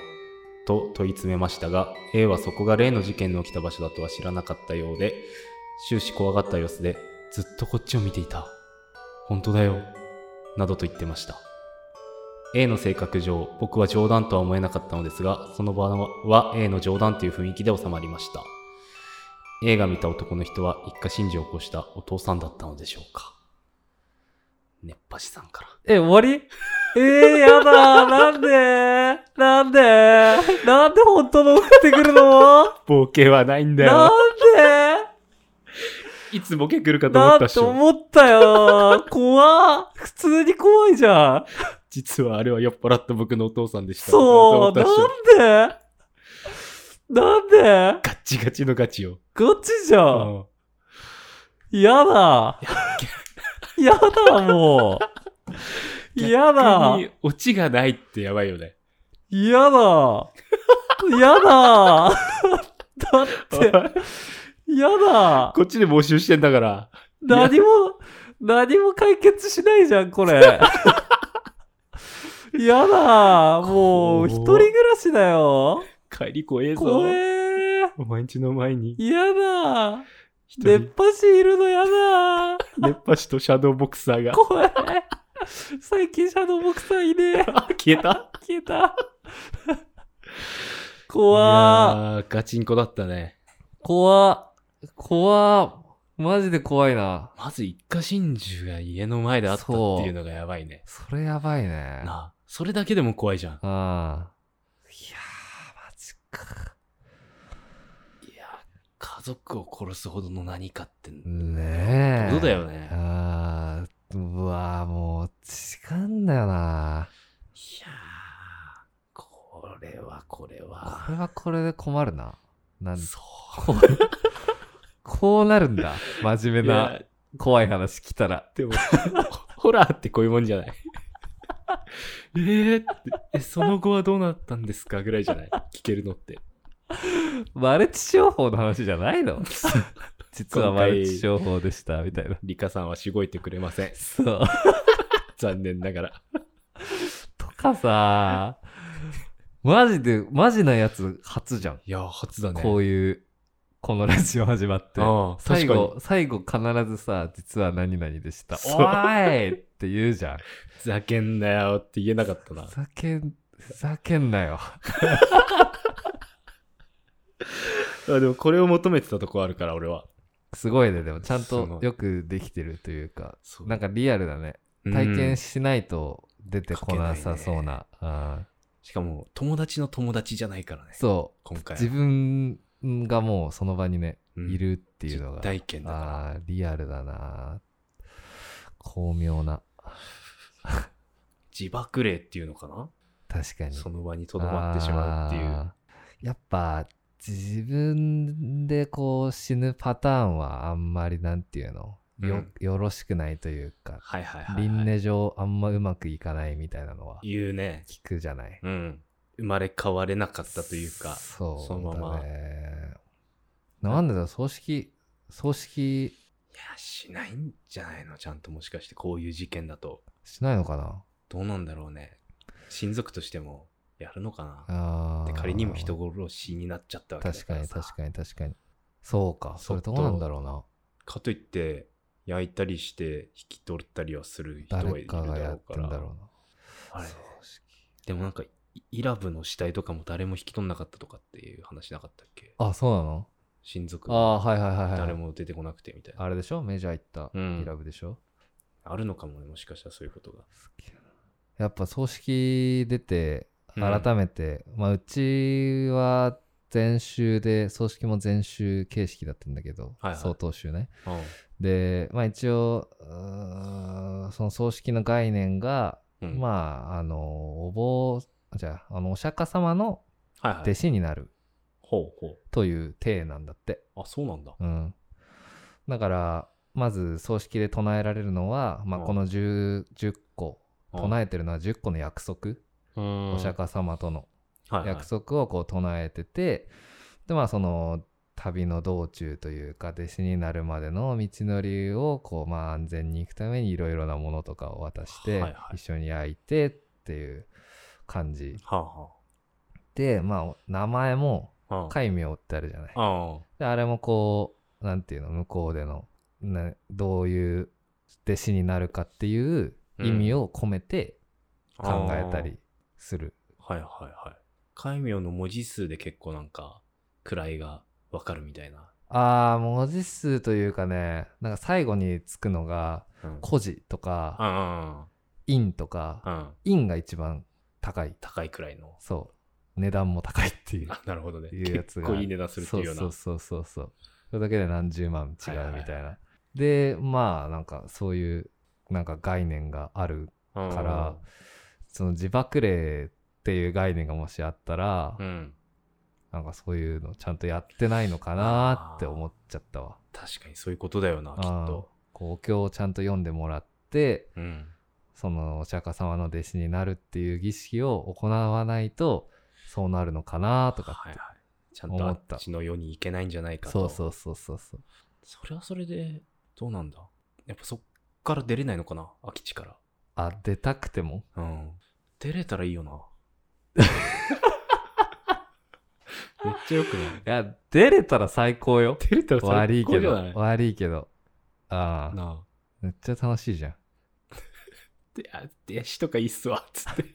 Speaker 1: と問い詰めましたが A はそこが例の事件の起きた場所だとは知らなかったようで終始怖がった様子でずっとこっちを見ていた本当だよなどと言ってました A の性格上僕は冗談とは思えなかったのですがその場は A の冗談という雰囲気で収まりました A が見た男の人は一家心中を起こしたお父さんだったのでしょうか熱波師さんから
Speaker 2: え、終わりえー、やだなんでなんでなんで本当の送ってくる (laughs) の
Speaker 1: ボケはないんだ
Speaker 2: なん
Speaker 1: よ
Speaker 2: で
Speaker 1: いつボケ来るかと思
Speaker 2: な
Speaker 1: っ
Speaker 2: ん
Speaker 1: たってしょ
Speaker 2: 思ったよ (laughs) 怖っ普通に怖いじゃん
Speaker 1: 実はあれは酔っ払った僕のお父さんでした
Speaker 2: そ
Speaker 1: と思っ
Speaker 2: う
Speaker 1: たっしょ
Speaker 2: なんでなんで
Speaker 1: ガッチガチのガチよ、
Speaker 2: こっちじゃ
Speaker 1: うん
Speaker 2: やだやだもうやだ
Speaker 1: 逆にオチがないってやばいよ (laughs) ね
Speaker 2: やだやだだって、やだ
Speaker 1: こっちで募集してんだから
Speaker 2: 何も、何も解決しないじゃん、こ (laughs) れ。やだも
Speaker 1: 怖
Speaker 2: う、一人暮らしだよ。
Speaker 1: 帰り怖えぞ
Speaker 2: 怖えー。
Speaker 1: お前んちの前に
Speaker 2: やだ
Speaker 1: 一
Speaker 2: 熱
Speaker 1: 人
Speaker 2: 波師いるのやだ
Speaker 1: 熱波師とシャドーボクサーが
Speaker 2: 怖い。最近シャドーボクサーいね
Speaker 1: (laughs)
Speaker 2: え。
Speaker 1: あ消えた
Speaker 2: 消えた。
Speaker 1: う
Speaker 2: 怖ー。
Speaker 1: ガチンコだったね
Speaker 2: 怖っ怖っマジで怖いな
Speaker 1: まず一家心中が家の前であったっていうのがやばいね
Speaker 2: それやばいねあ
Speaker 1: なあそれだけでも怖いじゃん
Speaker 2: あいやーマジか
Speaker 1: いや家族を殺すほどの何かってこ
Speaker 2: ねえ
Speaker 1: とだよね
Speaker 2: ああうわーもう違うんだよない
Speaker 1: やーこれはこれ
Speaker 2: こ
Speaker 1: は
Speaker 2: れはこれで困るななん
Speaker 1: そう
Speaker 2: (laughs) こうなるんだ真面
Speaker 1: い
Speaker 2: 目な
Speaker 1: や
Speaker 2: 怖い話来たら
Speaker 1: でもホラーってこういうもんじゃない (laughs) えーってえその後はどうなったんですかぐらいじゃない聞けるのって
Speaker 2: マルチ商法の話じゃな
Speaker 1: (laughs)
Speaker 2: いの実はマルチ商法でしたみたいな
Speaker 1: リカさんはしごいてくれません
Speaker 2: そう
Speaker 1: 残念ながら
Speaker 2: とかさ、マジで、マジなやつ初じゃん。
Speaker 1: いやー初だね
Speaker 2: こ
Speaker 1: う
Speaker 2: ういう、このラジオ始まって。
Speaker 1: ああ
Speaker 2: 最
Speaker 1: 確かに
Speaker 2: 後、最後必ずさ、実は何々でした。
Speaker 1: そう
Speaker 2: おーいって言うじゃん。
Speaker 1: ふざけんなよって言えなかったな
Speaker 2: ふざけん、ふざけんなよ。
Speaker 1: あでもこれを求めてたとこあるから俺は
Speaker 2: すごいね、でも、ちゃん
Speaker 1: す
Speaker 2: と
Speaker 1: ごい
Speaker 2: よくできてるというか、
Speaker 1: そう
Speaker 2: なんかリアルだね。体験しないと出てこなさそうな。うん
Speaker 1: しかも友達の友達じゃないからね
Speaker 2: そう。
Speaker 1: 今回は
Speaker 2: 自分がもうその場にね、
Speaker 1: うん
Speaker 2: いるっていうのが
Speaker 1: 実。体験だから
Speaker 2: あーリアルだな巧妙な
Speaker 1: 自爆霊っていうのかな
Speaker 2: 確かに
Speaker 1: その場にとどまってしまうっていう
Speaker 2: あーやっぱ自分でこう死ぬパターンはあんまりなんていうの
Speaker 1: う
Speaker 2: よ,、
Speaker 1: ん
Speaker 2: よろしくないというか
Speaker 1: はいはいはい、はい、
Speaker 2: 輪廻上あんまうまくいかないみたいなのは
Speaker 1: 言うね
Speaker 2: 聞くじゃない
Speaker 1: うん生まれ変われなかったというか
Speaker 2: そう
Speaker 1: そのまま
Speaker 2: だねなんだろう葬式葬
Speaker 1: い
Speaker 2: 式
Speaker 1: やしないんじゃないのちゃんともしかしてこういう事件だと
Speaker 2: しないのかな
Speaker 1: どうなんだろうね親族としてもやるのかな
Speaker 2: あ
Speaker 1: で
Speaker 2: ー
Speaker 1: 仮にも人殺しになっちゃったわけだ
Speaker 2: 確
Speaker 1: か
Speaker 2: からに
Speaker 1: さ
Speaker 2: 確かに確かにそうかそれどうなんだろうな
Speaker 1: かといって焼いたりして引き取ったりはする人はい
Speaker 2: 誰
Speaker 1: るだ
Speaker 2: かがや
Speaker 1: ろ
Speaker 2: っ
Speaker 1: う
Speaker 2: て
Speaker 1: から
Speaker 2: んだろう
Speaker 1: あ
Speaker 2: な
Speaker 1: れ
Speaker 2: 葬式
Speaker 1: でもなんかイイラブの死体とかも誰も引き取んなかったとかっていう話なかったっけ
Speaker 2: あそうなの
Speaker 1: 親族
Speaker 2: ああーはいはいはいはい
Speaker 1: 誰も出てこなくてみたいな
Speaker 2: あれでしょメジャー行った
Speaker 1: うん
Speaker 2: イラブでしょ、
Speaker 1: あるのかもね、もしかしたらそういうことが。
Speaker 2: やっぱ葬式出て
Speaker 1: うん
Speaker 2: 改めて、まあうちは全集で葬式も全集形式だったんだけど、
Speaker 1: はいはい
Speaker 2: 総統集ね
Speaker 1: あ
Speaker 2: でまあ一応うーんその葬式の概念が、
Speaker 1: あうん
Speaker 2: まああのお坊じゃああのお釈迦様の
Speaker 1: はいはい
Speaker 2: 弟。子になる
Speaker 1: ほうほ
Speaker 2: という体なんだって、
Speaker 1: う。あ、そうなんだ。
Speaker 2: うん、だからまず葬式で唱えられるのは、まあ、
Speaker 1: うん
Speaker 2: この 10, 10個唱
Speaker 1: え、
Speaker 2: えてるのは10個の約束、
Speaker 1: お
Speaker 2: お釈迦様との
Speaker 1: 迦
Speaker 2: 約束をこう唱えてて、でまあその旅の道中というか弟子になるまでの道のりをこうまあ安全に行くためにいろいろなものとかを渡して、
Speaker 1: はいはい
Speaker 2: 一緒に焼いてっていう感じ
Speaker 1: はあは
Speaker 2: でまあ名前
Speaker 1: あ。う
Speaker 2: も
Speaker 1: ん
Speaker 2: 戒名ってあるじゃない、
Speaker 1: あ
Speaker 2: であれもこうなんていうの向こうでのなどういう弟子になるかっていう意味を込めて
Speaker 1: あ
Speaker 2: 考えた。りする、
Speaker 1: ああはいはいはい。戒名の文字数で結構なんか、位がわかるみたいな。
Speaker 2: ああ、文字数というかね、なんか最後につくのが、
Speaker 1: うん。
Speaker 2: 古事とか、
Speaker 1: あ
Speaker 2: 陰とか、
Speaker 1: あ。うん。
Speaker 2: 陰が一番高い。
Speaker 1: 高い位の。 (laughs)
Speaker 2: そう。値段も高いっていう。
Speaker 1: あ、なるほどね。
Speaker 2: いうやつ
Speaker 1: 結
Speaker 2: が
Speaker 1: 構いい値段するって
Speaker 2: そ
Speaker 1: いううような。
Speaker 2: そうそうそうそう。それだけで何十万違うみたいな。
Speaker 1: はいはいは
Speaker 2: で、まあ、なんかそういう、なんか概念がある
Speaker 1: うん
Speaker 2: から、その自爆霊っていう概念がもしあったら、
Speaker 1: うん。
Speaker 2: なんかそういうのちゃんとやってないのかなーって思っちゃったわ。
Speaker 1: 確かにそういうことだよな、きっと。
Speaker 2: こうお経をちゃんと読んでもらって
Speaker 1: うん。
Speaker 2: そのお釈迦様の弟子になるっていう儀式を行わないとそうなるのかなとか
Speaker 1: はい
Speaker 2: って、
Speaker 1: はい。ちゃんとあっちの世に行けないんじゃないか
Speaker 2: そ
Speaker 1: と。
Speaker 2: うそうそうそうそう
Speaker 1: それはそれで、どうなんだやっぱそっから出れないのかな空き地か
Speaker 2: あ出たくても
Speaker 1: ら。うん。出れたらいいよ (laughs) な。めっちゃよくない
Speaker 2: いや出れたら最高よ
Speaker 1: 出れたら
Speaker 2: 悪いけ
Speaker 1: じゃ
Speaker 2: ど
Speaker 1: ない
Speaker 2: 悪いけどああ
Speaker 1: なあ。
Speaker 2: めっちゃ楽しいじゃん
Speaker 1: で、あ、で、足とかい (laughs) いっすわ、つって。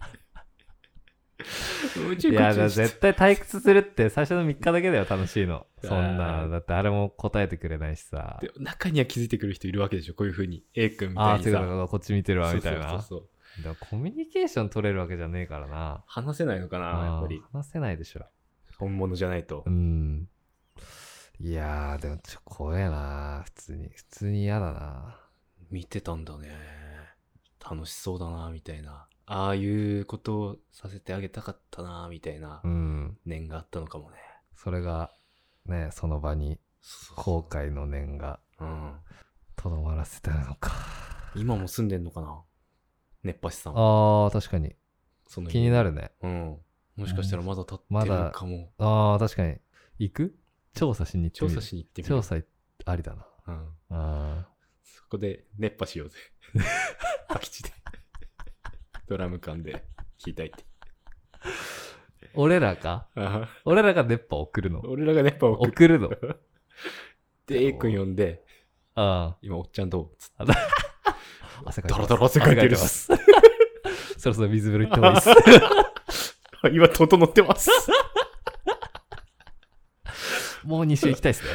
Speaker 1: 宇宙
Speaker 2: いや
Speaker 1: 空
Speaker 2: だ
Speaker 1: 中して
Speaker 2: 絶対退屈するって最初の3日だけだよ楽しいの
Speaker 1: い
Speaker 2: そ
Speaker 1: やー
Speaker 2: んなだってあれも答えてくれないしさ
Speaker 1: で中には気づいてくる人いるわけでしょこういうふうに A 君み
Speaker 2: あ
Speaker 1: たい
Speaker 2: あー
Speaker 1: に
Speaker 2: そう
Speaker 1: さ
Speaker 2: かこっち見てるわみたい
Speaker 1: そうそう
Speaker 2: な
Speaker 1: そうそう
Speaker 2: でもコミュニケーション取れるわけじゃねえからな。
Speaker 1: 話せないのかなやっぱり
Speaker 2: あー話せないでしょ。
Speaker 1: 本物じゃないと
Speaker 2: うん。いやー、でもちょ、怖えな。普通に、普通に嫌だな。
Speaker 1: 見てたんだね楽しそうだなみたいなああいうことをさせてあげたかったなみたいな
Speaker 2: うん。
Speaker 1: 念があったのかもね
Speaker 2: それが、ね、その場に
Speaker 1: そうそう
Speaker 2: 後悔の念が
Speaker 1: うん
Speaker 2: とどまらせたのか。
Speaker 1: 今も住んでんのかな熱波師さん
Speaker 2: あー、確かに。
Speaker 1: その
Speaker 2: 気になるね。
Speaker 1: うんもしかしたらまだ立って
Speaker 2: ま
Speaker 1: る
Speaker 2: だ
Speaker 1: かも
Speaker 2: あー、確かに。行く調査しに行って
Speaker 1: 調
Speaker 2: みる。
Speaker 1: 査しに行ってみよ
Speaker 2: 調査ありだな。
Speaker 1: う、うん、
Speaker 2: あ
Speaker 1: そこで熱波しようぜ空き地
Speaker 2: (laughs)
Speaker 1: でドラム缶で弾いたいって
Speaker 2: ー俺らか
Speaker 1: あ
Speaker 2: 俺らが熱波送るの
Speaker 1: ー俺らが熱波を送っ
Speaker 2: 送るの。
Speaker 1: て A 君呼んで
Speaker 2: あ
Speaker 1: 今おっちゃんどうつって
Speaker 2: ー、汗かいて
Speaker 1: ドロ
Speaker 2: ます
Speaker 1: ドロ汗かいてるっす
Speaker 2: 汗かいてます。 (laughs) そろそろ水風呂行った方がいいっす。
Speaker 1: 今整ってます (laughs)
Speaker 2: もう2週行きたいっすね。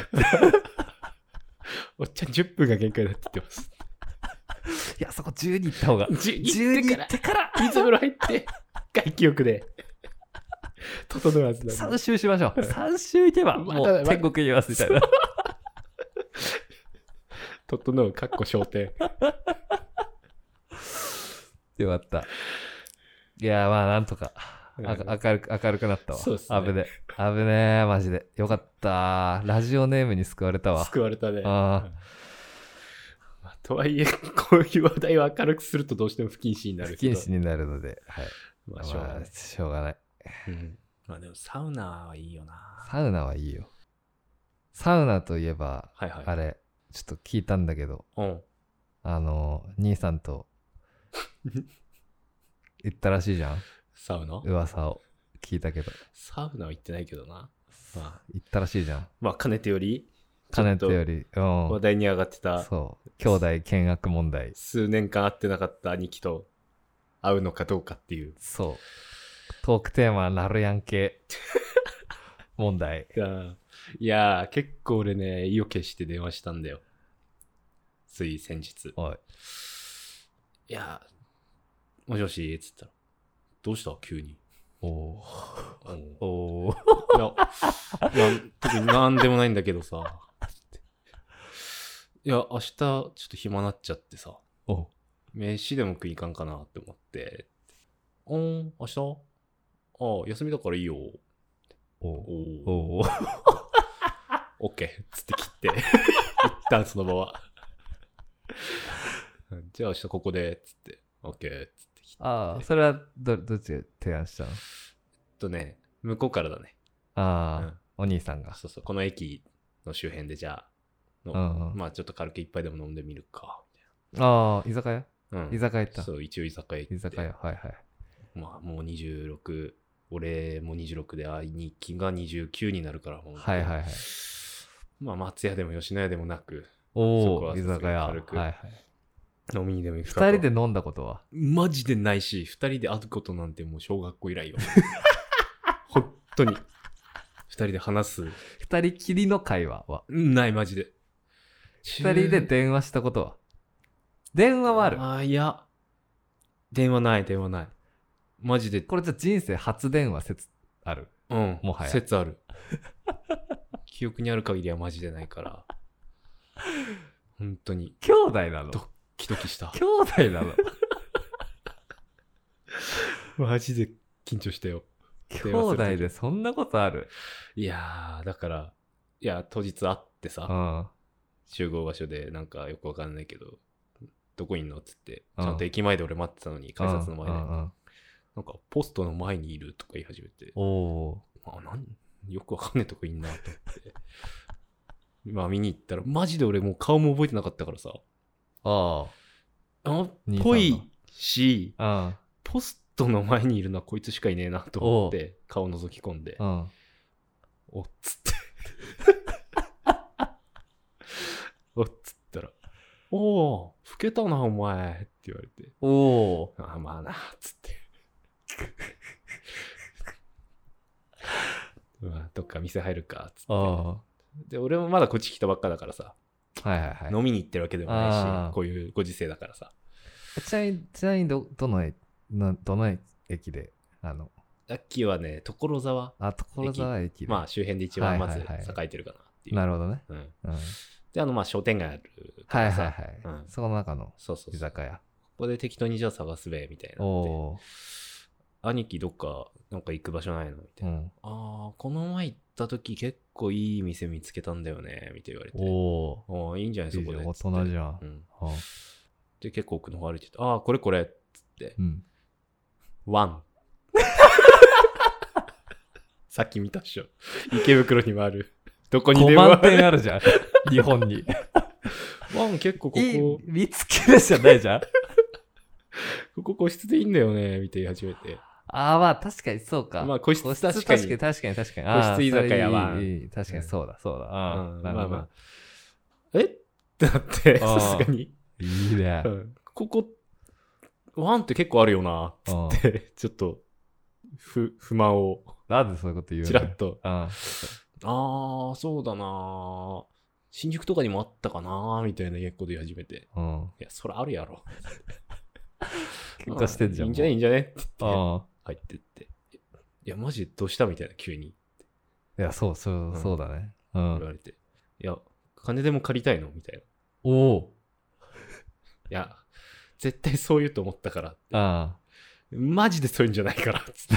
Speaker 1: おっちゃん10分が限界だって言ってます
Speaker 2: いや、そこ10に行った方が。
Speaker 1: 12
Speaker 2: 10に
Speaker 1: 行
Speaker 2: 行
Speaker 1: っ
Speaker 2: っててから
Speaker 1: から水風呂入って外気浴で整うはずなんだ
Speaker 2: 3周しましょう。3周行けば、もう天国行きますみた
Speaker 1: (laughs)
Speaker 2: いな。
Speaker 1: 整うかっこ焦点
Speaker 2: よかった。いや、まあ、なんとか。あか明るく、明るくなったわ。
Speaker 1: そうっすね
Speaker 2: 危ね。危ねえ、マジで。よかった。ラジオネームに救われたわ。
Speaker 1: 救われたね
Speaker 2: あ
Speaker 1: まあとはいえこういう話題を明るくするとどうしても不謹慎にな
Speaker 2: あ、
Speaker 1: る
Speaker 2: 不
Speaker 1: け
Speaker 2: 謹
Speaker 1: ど
Speaker 2: 慎になるので、はい。
Speaker 1: ま
Speaker 2: ま
Speaker 1: あしょうがない
Speaker 2: あ、しょうがない。
Speaker 1: うんまあでもサウナはいいよな。
Speaker 2: サウナはいいよ。サウナといえば、
Speaker 1: はいはい。
Speaker 2: あれ、ちょっと聞いたんだけど、
Speaker 1: うん。
Speaker 2: あの、兄さん
Speaker 1: (laughs)
Speaker 2: と行ったらしいじゃん。
Speaker 1: サウナ
Speaker 2: 噂を聞いたけど。
Speaker 1: サウナは行ってないけどな。まあ、
Speaker 2: 行ったらしいじゃん。
Speaker 1: まあ、かねてより、
Speaker 2: かねてよ
Speaker 1: り、
Speaker 2: り。う
Speaker 1: 話
Speaker 2: ん。
Speaker 1: 題に上がってた、
Speaker 2: そう。兄弟険悪問題。
Speaker 1: 数年間会ってなかった兄貴と会うのかどうかっていう。
Speaker 2: そう。トークテーマ、なるや
Speaker 1: (laughs)
Speaker 2: んけ。問題。
Speaker 1: いやーいやー、結構俺ね、意を決して電話したんだよ。つい先日。
Speaker 2: おい。
Speaker 1: いや、もしもし、つったら、どうした急に。
Speaker 2: おお
Speaker 1: おーいや、いや、特になんでもないんだけどさ。いや、明日、ちょっと暇なっちゃってさ、
Speaker 2: おお
Speaker 1: 飯でも食いに行かんかなって思って。うん、明日ああ、休みだからいいよ。
Speaker 2: お
Speaker 1: おお、
Speaker 2: おお
Speaker 1: オッケー。つって切って、一旦その場は。うんじゃあ明日ここで、つって、オッケー。つって切って。えっ
Speaker 2: ああ、それはどどっちが提案したの
Speaker 1: とね、向こうからだね。
Speaker 2: ああ、
Speaker 1: うん
Speaker 2: お兄さんが。
Speaker 1: そうそう、この駅の周辺でじゃあ、の
Speaker 2: うんうん
Speaker 1: まあちょっと軽く一杯でも飲んでみるか、
Speaker 2: ああ、居酒屋
Speaker 1: みたいな。うん、
Speaker 2: 居酒屋行った。
Speaker 1: そう、一応居酒屋行って。
Speaker 2: 居酒屋、はいはい。
Speaker 1: まあもう26、俺も26で、あいにきが29になるから、もう
Speaker 2: はいはいはい。
Speaker 1: まあ松屋でも吉野家でもなく、そ
Speaker 2: お
Speaker 1: こは
Speaker 2: お、
Speaker 1: さ
Speaker 2: 居
Speaker 1: すがに
Speaker 2: 酒屋。はい
Speaker 1: 軽く
Speaker 2: はい。
Speaker 1: 飲みにでも行くかと
Speaker 2: 二人で飲んだことは
Speaker 1: マジでないし、二人で会うことなんてもう小学校以来
Speaker 2: (laughs)
Speaker 1: よ。本当に。二人で話す。
Speaker 2: 二人きりの会話は
Speaker 1: うんない、マジで。
Speaker 2: 二人で電話したことは電話はある
Speaker 1: あいや。電話ない、電話ない。マジで、
Speaker 2: これじゃ人生初電話説ある
Speaker 1: うん、
Speaker 2: もはや
Speaker 1: 説ある。 (laughs) 記憶にある限りはマジでないから。本当に、
Speaker 2: 兄弟なの
Speaker 1: どキドキした。
Speaker 2: 兄弟なの
Speaker 1: (laughs) マジで緊張したよ。
Speaker 2: 兄弟でそんなことある
Speaker 1: いやー、だから、いや、当日会って
Speaker 2: う
Speaker 1: さ、
Speaker 2: ん
Speaker 1: 集合場所でなんかよくわかんないけど、どこいんのっつって、
Speaker 2: うん
Speaker 1: ちゃんと駅前で俺待ってたのに、改札の前で、
Speaker 2: う
Speaker 1: なん
Speaker 2: うんうん
Speaker 1: んかポストの前にいるとか言い始めて、
Speaker 2: おお
Speaker 1: あなんよくわかんないとこいんなと思って。 (laughs) まあ見に行ったら、マジで俺もう顔も覚えてなかったからさ、
Speaker 2: あ
Speaker 1: あっ
Speaker 2: 兄さんの
Speaker 1: ぽいし、
Speaker 2: あ
Speaker 1: ポストの前にいるのはこいつしかいねえなと思って、顔覗き込んで
Speaker 2: う、んうん
Speaker 1: おっつ
Speaker 2: (laughs)
Speaker 1: って。おっつったら、おお、老けたな、お前って言われて、
Speaker 2: おお
Speaker 1: ああ、まあな、つって。 (laughs) うわ、どっか店入るか、つって
Speaker 2: あ。あ
Speaker 1: で、俺もまだこっち来たばっかだからさ、
Speaker 2: はいはいはい
Speaker 1: 飲みに行ってるわけでもな
Speaker 2: あ
Speaker 1: い
Speaker 2: ー
Speaker 1: し、こういうご時世だからさ。
Speaker 2: ちなみにちなみにどどの駅などの駅であの
Speaker 1: ラッキーはね、所沢、
Speaker 2: あ所沢駅で
Speaker 1: まあ周辺で一番まず
Speaker 2: はいはいはい
Speaker 1: 栄えてるかなっていう。
Speaker 2: なるほどね、
Speaker 1: うん。
Speaker 2: うん、はい
Speaker 1: で、あの、まあ商店街あるか
Speaker 2: はい
Speaker 1: らさ、
Speaker 2: はい、
Speaker 1: うん
Speaker 2: そこの中の
Speaker 1: そうそう
Speaker 2: 居
Speaker 1: そう。
Speaker 2: 酒屋
Speaker 1: ここで適当にじゃあ探すべ、みたいにな
Speaker 2: お
Speaker 1: って。
Speaker 2: お
Speaker 1: 兄貴どっか、なんか行く場所ないのみたい
Speaker 2: ー、う
Speaker 1: な。
Speaker 2: ん、
Speaker 1: ああ、この前行った時結構いい店見つけたんだよね、みたいな言われて。
Speaker 2: おお
Speaker 1: ああ、いいんじゃない
Speaker 2: ー
Speaker 1: そ
Speaker 2: いい
Speaker 1: こ
Speaker 2: じゃ
Speaker 1: で。
Speaker 2: ん大人じ
Speaker 1: ゃ
Speaker 2: ゃん
Speaker 1: う、ん。
Speaker 2: うん
Speaker 1: で、結構奥の方歩いてて、ああ、これこれ、つって
Speaker 2: う、ん、
Speaker 1: ワン。 (laughs) さっき見たっしょ。池袋にもある。どこに
Speaker 2: 5
Speaker 1: でもあ
Speaker 2: 万
Speaker 1: る。
Speaker 2: 点あるじゃん日本に
Speaker 1: ワン結構こ
Speaker 2: いい
Speaker 1: こ、
Speaker 2: 見つけるじゃないじゃん
Speaker 1: ここ個室でいいんだよね、みたいに言い始めて。
Speaker 2: (laughs) ああまあ確かにそうか
Speaker 1: まあ個室
Speaker 2: 個室
Speaker 1: 確
Speaker 2: 確
Speaker 1: か
Speaker 2: か
Speaker 1: に
Speaker 2: に確かに確かに
Speaker 1: 個室
Speaker 2: あー
Speaker 1: 居酒屋は
Speaker 2: それいいいいいい確かにそうだそうだ
Speaker 1: う
Speaker 2: あー
Speaker 1: ん、
Speaker 2: な
Speaker 1: ま
Speaker 2: るほ
Speaker 1: あ
Speaker 2: ど、
Speaker 1: まあ。え (laughs) ってなって、
Speaker 2: あ
Speaker 1: さ
Speaker 2: あ
Speaker 1: すがに。
Speaker 2: い
Speaker 1: (laughs)
Speaker 2: いね
Speaker 1: うんここ、ワンって結構あるよな、つ
Speaker 2: うん
Speaker 1: って、 (laughs) ちょっと、不、不満を、
Speaker 2: なんでそういうこと言うの
Speaker 1: ちらっと。あ
Speaker 2: あ
Speaker 1: あ、そうだな新宿とかにもあったかなみたいな結構で言い始めて。
Speaker 2: ーうん
Speaker 1: いや、それあるやろ。
Speaker 2: 喧嘩してんじゃん
Speaker 1: いいんじゃねいいんじゃねって言って
Speaker 2: あ
Speaker 1: 入ってって。いや、マジどうしたみたいな、急に
Speaker 2: あいやそうそう、
Speaker 1: うん
Speaker 2: そうだねう
Speaker 1: 言
Speaker 2: ん
Speaker 1: われて。いや、金でも借りたいのみたいな。い
Speaker 2: おお
Speaker 1: や、絶対そう言うと思ったから。
Speaker 2: あ
Speaker 1: マジでそういうんじゃないから。つって。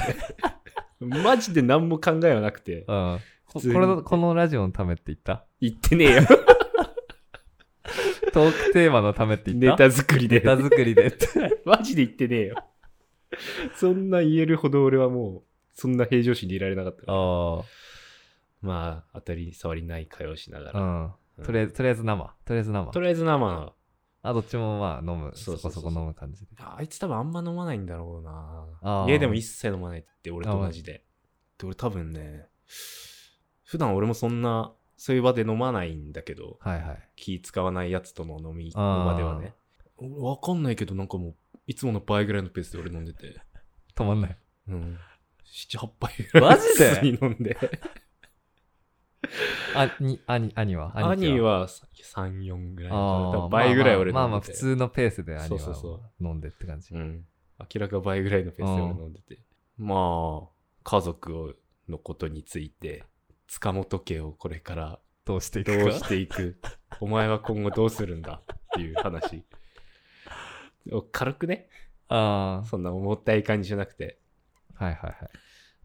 Speaker 1: (laughs) マジで何も考えはなくて
Speaker 2: ー、あーこ
Speaker 1: 普通に
Speaker 2: これのこのラジオのためって言った
Speaker 1: 言ってねえよ。
Speaker 2: トークテーマのためって言
Speaker 1: ネ
Speaker 2: った
Speaker 1: タ作りで
Speaker 2: ネ。タ作りで
Speaker 1: (laughs)
Speaker 2: って
Speaker 1: マジで言ってねえよ。そんな言えるほど俺はもう、そんな平常心でいられなかったから。
Speaker 2: あ
Speaker 1: まあ、当たり障りない会話をしながら。
Speaker 2: あ
Speaker 1: う
Speaker 2: うんんとりあえずとりあえず生とりあえず生
Speaker 1: とりあえず生の、
Speaker 2: あどっちもまあ飲む
Speaker 1: そう
Speaker 2: そ
Speaker 1: そ
Speaker 2: こ
Speaker 1: うそう
Speaker 2: そこ飲む感じで
Speaker 1: ああいつ多分あんま飲まないんだろうな
Speaker 2: あ。ー
Speaker 1: 家でも一切飲まないって俺と同じで。で、俺多分ね、普段俺もそんな、そういう場で飲まないんだけど、
Speaker 2: はいはい
Speaker 1: 気使わないやつとの飲みの
Speaker 2: あー
Speaker 1: 場ではね。俺わかんないけど、なんかもう、いつもの倍ぐらいのペースで俺飲んでて。
Speaker 2: 止まんない
Speaker 1: うん。7、8杯
Speaker 2: マジで
Speaker 1: 普通に飲んで。
Speaker 2: あ、に、兄、兄は
Speaker 1: 兄
Speaker 2: 貴
Speaker 1: は3、4ぐらい
Speaker 2: あ
Speaker 1: の。
Speaker 2: ー
Speaker 1: 多
Speaker 2: まあ
Speaker 1: 分倍ぐらい俺飲んでて
Speaker 2: まあまあまあ普通のペースで兄
Speaker 1: そうそう
Speaker 2: は
Speaker 1: そ
Speaker 2: 飲んでって感じ。
Speaker 1: うん。明らか倍ぐらいのペースで俺飲んでて。まあ、家族をのことについて、塚本家をこれから
Speaker 2: どうしてい
Speaker 1: ど
Speaker 2: く
Speaker 1: う
Speaker 2: か。
Speaker 1: していくお前は今後どうするんだっていう (laughs) 話。お軽くね、
Speaker 2: あ
Speaker 1: そんな重たい感じじゃなくて、
Speaker 2: あ。はいはいはい。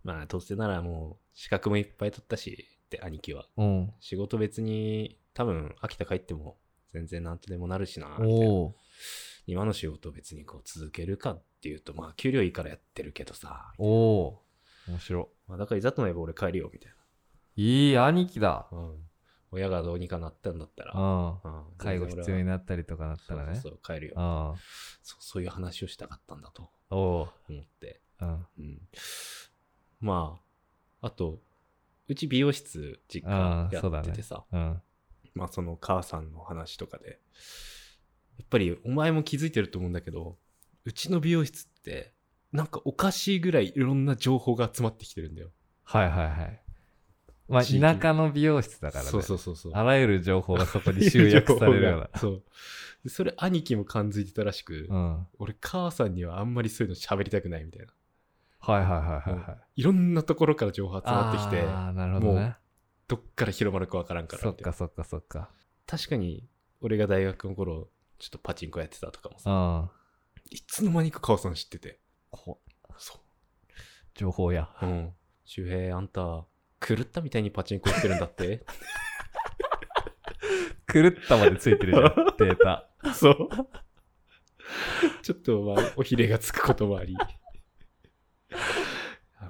Speaker 1: まあどうせならもう資格もいっぱい取ったし、って兄貴は。
Speaker 2: うん。
Speaker 1: 仕事別に多分秋田帰っても全然なんとでもなるしな、みたいな
Speaker 2: おお
Speaker 1: 今の仕事を別にこう続けるかっていうと、まあ給料いいからやってるけどさ、
Speaker 2: ー。おおー。面白
Speaker 1: まあ、だからいざとなれば俺帰るよみたい
Speaker 2: い。いい兄貴だ。
Speaker 1: な、うん、親がどうにかなったんだった
Speaker 2: う
Speaker 1: ら、
Speaker 2: ん。
Speaker 1: うん
Speaker 2: 介護必要に
Speaker 1: なっ
Speaker 2: なったりとかなったらね。
Speaker 1: そうそうそう帰るよ
Speaker 2: あ
Speaker 1: そうそういう話をしたかったんだと
Speaker 2: あ。お
Speaker 1: 思って、
Speaker 2: お。うん。
Speaker 1: うん、まああとうち美容室実家
Speaker 2: あー
Speaker 1: や
Speaker 2: そうだ
Speaker 1: っ
Speaker 2: ね
Speaker 1: ててさ
Speaker 2: うん。
Speaker 1: まあその母さんの話とかでやっぱりお前も気づいてると思うんだけどうちの美容室ってなんかおかしいぐらいいろんな情報が集まってきてるんだよ
Speaker 2: はいはいはい。まあ、
Speaker 1: 地域
Speaker 2: 田舎の美容室だからね。
Speaker 1: そうそうそうそう
Speaker 2: あらゆる情報がそこに集
Speaker 1: (laughs)
Speaker 2: 約されるような。
Speaker 1: そうでそれ兄貴も感づいてたらしく、
Speaker 2: うん。はい
Speaker 1: 俺母さんにはあんまりそういうの喋りたくないみたいな
Speaker 2: はいはいはいはい。
Speaker 1: いろんなところから情報集まってきて
Speaker 2: ああ、なるほどね。
Speaker 1: どっから広まるかわからんから
Speaker 2: そ
Speaker 1: み
Speaker 2: った
Speaker 1: いな
Speaker 2: かそっかそっか。
Speaker 1: 確かに俺が大学の頃ちょっとパチンコやってたとかも
Speaker 2: う
Speaker 1: さ
Speaker 2: ん。
Speaker 1: いつの間にか母さん知ってて
Speaker 2: こ
Speaker 1: そ
Speaker 2: 情報や。
Speaker 1: ううん周平あんた狂ったみたいにパチンコしてるんだって
Speaker 2: 狂ったまでついてるじゃん、 (laughs) データ。
Speaker 1: (laughs) そうちょっとまあおひれがつくこともあり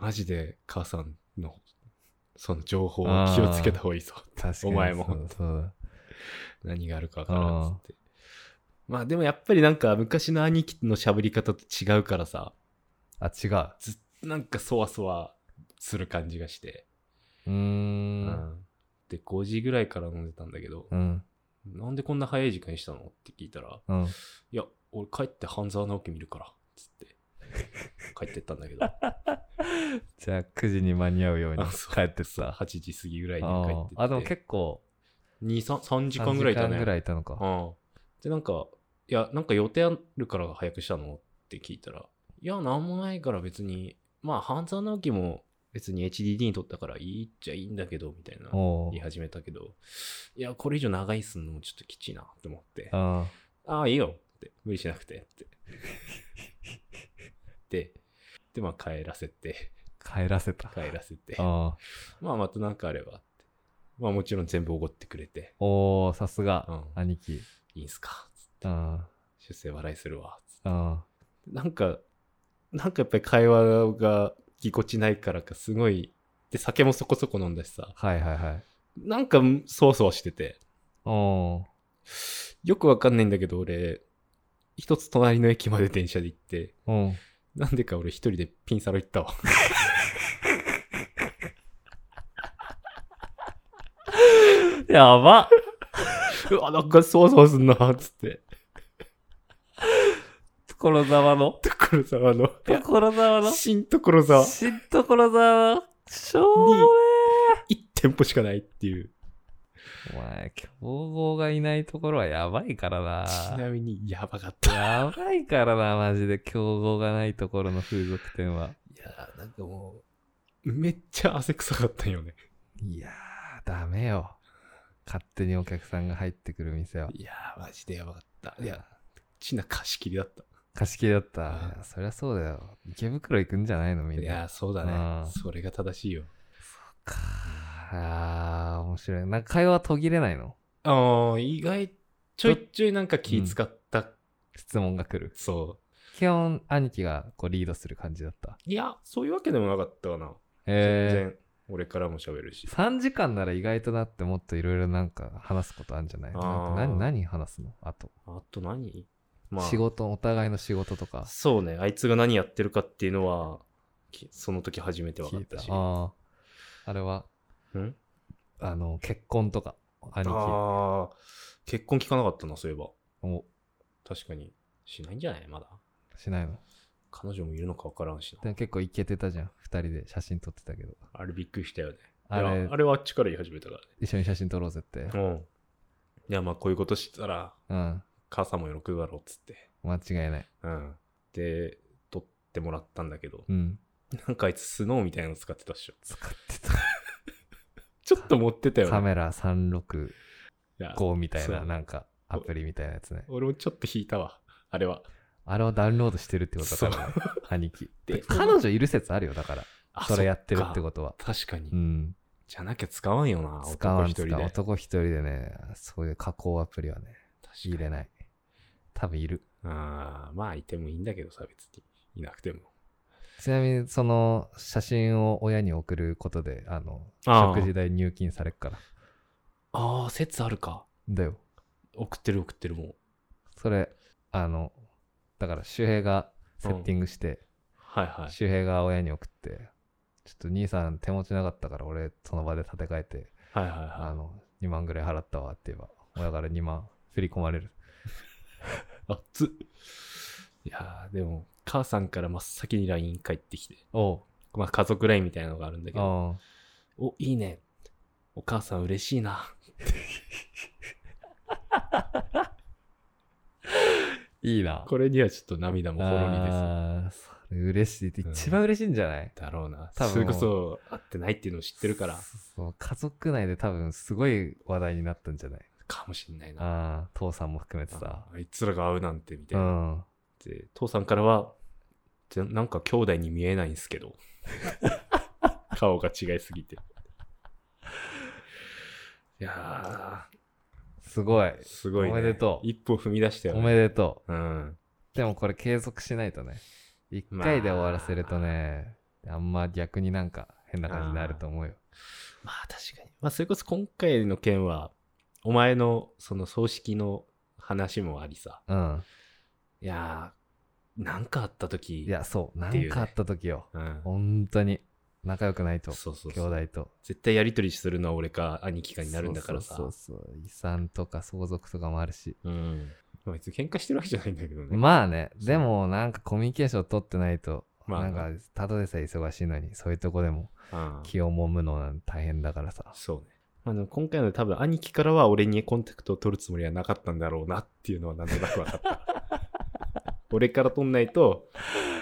Speaker 1: マジで母さんのその情報を気をつけた方がいいぞ
Speaker 2: 確か
Speaker 1: お
Speaker 2: に。
Speaker 1: 前も
Speaker 2: そうそう
Speaker 1: 何があるかわからんっつってまあでもやっぱりなんか昔の兄貴の喋り方と違うからさ
Speaker 2: あ、違う。
Speaker 1: なんかそわそわする感じがして、
Speaker 2: うー。
Speaker 1: うんんで5時ぐらいから飲んでたんだけど、
Speaker 2: うん。
Speaker 1: なんでこんな早い時間にしたのって聞いたら
Speaker 2: うん。
Speaker 1: いや俺帰って半沢直樹見るからっつって帰ってったんだ
Speaker 2: (laughs)
Speaker 1: けど
Speaker 2: じゃあ、9時に間に合うように
Speaker 1: あそう
Speaker 2: 帰ってさ。
Speaker 1: 8時過ぎぐらいに帰って
Speaker 2: あ
Speaker 1: って
Speaker 2: ああ、でも結構、
Speaker 1: 2 3, 3時間ぐらいいた
Speaker 2: 3時
Speaker 1: ね
Speaker 2: 間ぐらいいたのか。
Speaker 1: うん、でなんか「いやなんか予定あるから早くしたの?」って聞いたら「いやなんもないから別にまあ半沢直樹も別に HDD に撮ったからいいっちゃいいんだけど」みたいな
Speaker 2: おお
Speaker 1: 言い。始めたけど「いやこれ以上長いすんのもちょっときちいな」と思って「
Speaker 2: うん。
Speaker 1: ああいいよ」って無理しなくてってででまあ帰らせて
Speaker 2: 帰らせた。
Speaker 1: 帰らせて
Speaker 2: あ
Speaker 1: まあまたなんかあればってまあもちろん全部おごってくれて
Speaker 2: おおさす
Speaker 1: う
Speaker 2: が、
Speaker 1: ん
Speaker 2: 兄貴。
Speaker 1: 「いいんすか」つって
Speaker 2: うん。
Speaker 1: 出世笑いするわ」つって
Speaker 2: うん。
Speaker 1: なんか、なんかやっぱり会話がぎこちないからか、すごい、で、酒もそこそこ飲んだしさ、
Speaker 2: はいはいはい。
Speaker 1: なんかそわそわしてて、
Speaker 2: おお
Speaker 1: よくわかんないんだけど、俺、一つ隣の駅まで電車で行って、
Speaker 2: ー。うん。
Speaker 1: なんでか俺一人でピンサロ行ったわ。
Speaker 2: やば
Speaker 1: (laughs) うわ、なんかそわそわすんな、つって。
Speaker 2: 所沢の
Speaker 1: 所沢の、
Speaker 2: 所沢の
Speaker 1: 新所沢、
Speaker 2: 新所沢しょうもね
Speaker 1: 1店舗しかないっていう。
Speaker 2: えお前、競合がいないところはやばいからな。
Speaker 1: ち
Speaker 2: (laughs)
Speaker 1: なみに、やばかった。
Speaker 2: やばいからな、マジで。競合がないところの風俗店は。
Speaker 1: いやー、なんかもう、めっちゃ汗臭かったんよね。
Speaker 2: いやー、ダメよ。勝手にお客さんが入ってくる店は。
Speaker 1: いやー、マジでやばかった。いや、ちな貸し切りだった。
Speaker 2: 貸し切りだった。
Speaker 1: うん
Speaker 2: いやそりゃそうだよ。池袋行くんじゃないのみん
Speaker 1: い
Speaker 2: な。
Speaker 1: やー、そうだね
Speaker 2: うん。
Speaker 1: それが正しいよ。
Speaker 2: かーあー、面白い。なんか会話途切れないの
Speaker 1: ああ、意外、ちょいちょいなんか気使った、
Speaker 2: 質問が来る。
Speaker 1: そ
Speaker 2: 基本、兄貴がこうリードする感じだった。
Speaker 1: う。いや、そういうわけでもなかったかな。全
Speaker 2: え
Speaker 1: 然、俺からも喋るし
Speaker 2: ー、。3時間なら意外となってもっといろいろなんか話すことあるんじゃない
Speaker 1: あ
Speaker 2: なん
Speaker 1: ー
Speaker 2: か何何話すのあと、
Speaker 1: あと何まあ、
Speaker 2: 仕事、お互いの仕事とか
Speaker 1: そうね、あいつが何やってるかっていうのは、きその時初めて分か
Speaker 2: 聞
Speaker 1: っ
Speaker 2: いた。
Speaker 1: たし。
Speaker 2: あーあれは、
Speaker 1: うん
Speaker 2: あの、結婚とか、兄貴。
Speaker 1: ああ、結婚聞かなかったな、そういえば。
Speaker 2: お
Speaker 1: 確かに。しないんじゃないまだ。
Speaker 2: しないの
Speaker 1: 彼女もいるのか分からんしな
Speaker 2: で。も結構イケてたじゃん。2人で写真撮ってたけど。
Speaker 1: あれびっくりしたよね。
Speaker 2: あ
Speaker 1: い
Speaker 2: れ
Speaker 1: やあれはあっちから言い始めたか
Speaker 2: 一緒に写真撮ろうぜって
Speaker 1: らね。うん。いや、まあこういうことしてたら、
Speaker 2: うん
Speaker 1: 母さんも喜ぶだろうっつって。
Speaker 2: 間違いない
Speaker 1: うん。で、撮ってもらったんだけど、
Speaker 2: うん
Speaker 1: なんかあいつスノーみたいなの使ってたっしょ。
Speaker 2: 使って
Speaker 1: ちょっと持ってた
Speaker 2: た
Speaker 1: よ
Speaker 2: カ
Speaker 1: ね。
Speaker 2: メラ365
Speaker 1: いや
Speaker 2: みたい
Speaker 1: そ
Speaker 2: な
Speaker 1: う
Speaker 2: なんかアプリみたいなやつね
Speaker 1: 俺もちょっと引いたわ。あれは。
Speaker 2: あれをダウンロードしてるってことだから、ね、兄貴
Speaker 1: で
Speaker 2: 彼女いる説あるよだから
Speaker 1: あ
Speaker 2: それやってるってことは
Speaker 1: と。確かに。
Speaker 2: うん
Speaker 1: じゃなきゃ使わんよな、
Speaker 2: 使わん
Speaker 1: 男一
Speaker 2: 使
Speaker 1: 人
Speaker 2: わん
Speaker 1: で。
Speaker 2: 男一人でねそういう加工アプリはね入れ
Speaker 1: い。
Speaker 2: ない多分いる
Speaker 1: あーまあ、いてもいいんだけどさ、別に。いなくても。
Speaker 2: ちなみにその写真を親に送ることであの
Speaker 1: ああ
Speaker 2: 食事代入金されっから
Speaker 1: ああ、説あるか。
Speaker 2: だよ
Speaker 1: 送ってる送ってるもう。
Speaker 2: それあのだから周平がセッティングして、
Speaker 1: はいはい。
Speaker 2: 周平が親に送ってちょっと兄さん手持ちなかったから俺その場で立て替えて
Speaker 1: はいはい
Speaker 2: あ
Speaker 1: は
Speaker 2: の2万ぐらい払ったわって言えば親から2万振り込まれる
Speaker 1: い。あっつ。いやーでも、母さんから真っ先に LINE 返ってきて。
Speaker 2: おう
Speaker 1: まあ、家族 LINE みたいなのがあるんだけど。
Speaker 2: あ
Speaker 1: お、いいね。お母さん嬉しいな。
Speaker 2: いいな
Speaker 1: これにはちょっと涙もほろりです。
Speaker 2: あーそれ嬉しいって一番嬉しいんじゃない、
Speaker 1: だろうな。
Speaker 2: 多分
Speaker 1: それこそ会ってないっていうのを知ってるから、
Speaker 2: そそう家族内で多分すごい話題になったんじゃない
Speaker 1: かもしんないな。
Speaker 2: ああ父さんも含めてさ
Speaker 1: ああいつらが会うなんてみた
Speaker 2: う
Speaker 1: いな。
Speaker 2: ん
Speaker 1: で父さんからは、ぜなんか兄弟に見えないんすけ (laughs) ど。顔が違いすぎて。いや
Speaker 2: すごい
Speaker 1: ー、すごいね。
Speaker 2: おめでとう
Speaker 1: 一歩踏み出したよ
Speaker 2: お
Speaker 1: ね。
Speaker 2: めでと
Speaker 1: うん。
Speaker 2: うでもこれ継続しないとね一
Speaker 1: まあ
Speaker 2: 回で終わらせるとね、あ、んま逆になんか変な感じになると思うよ
Speaker 1: まあ確かに。まあそれこそ今回の件は、お前のその葬式の話もありさ。
Speaker 2: うん
Speaker 1: いやー、なんかあった時
Speaker 2: いやそうな
Speaker 1: ていうね
Speaker 2: んかあった時よ、
Speaker 1: うん。
Speaker 2: 本当に仲良くないと
Speaker 1: そうそう
Speaker 2: 兄
Speaker 1: そう。
Speaker 2: 弟と
Speaker 1: 絶対やり取りするのは俺か兄貴かになるんだからさ。
Speaker 2: そうそうそう遺産とか相続とかもあるし
Speaker 1: うん。まあ別に喧嘩してるわけじゃないんだけどね。
Speaker 2: まあね
Speaker 1: そう
Speaker 2: でもなんかコミュニケーション取ってないと、
Speaker 1: まあ
Speaker 2: なんかただでさえ忙しいのにそういうとこでも
Speaker 1: あ
Speaker 2: 気を揉むのなんて大変だからさ
Speaker 1: そうね。まあでも今回の多分兄貴からは俺にコンタクトを取るつもりはなかったんだろうなっていうのはなんとなく分かった。
Speaker 2: (laughs)
Speaker 1: 俺から取んないと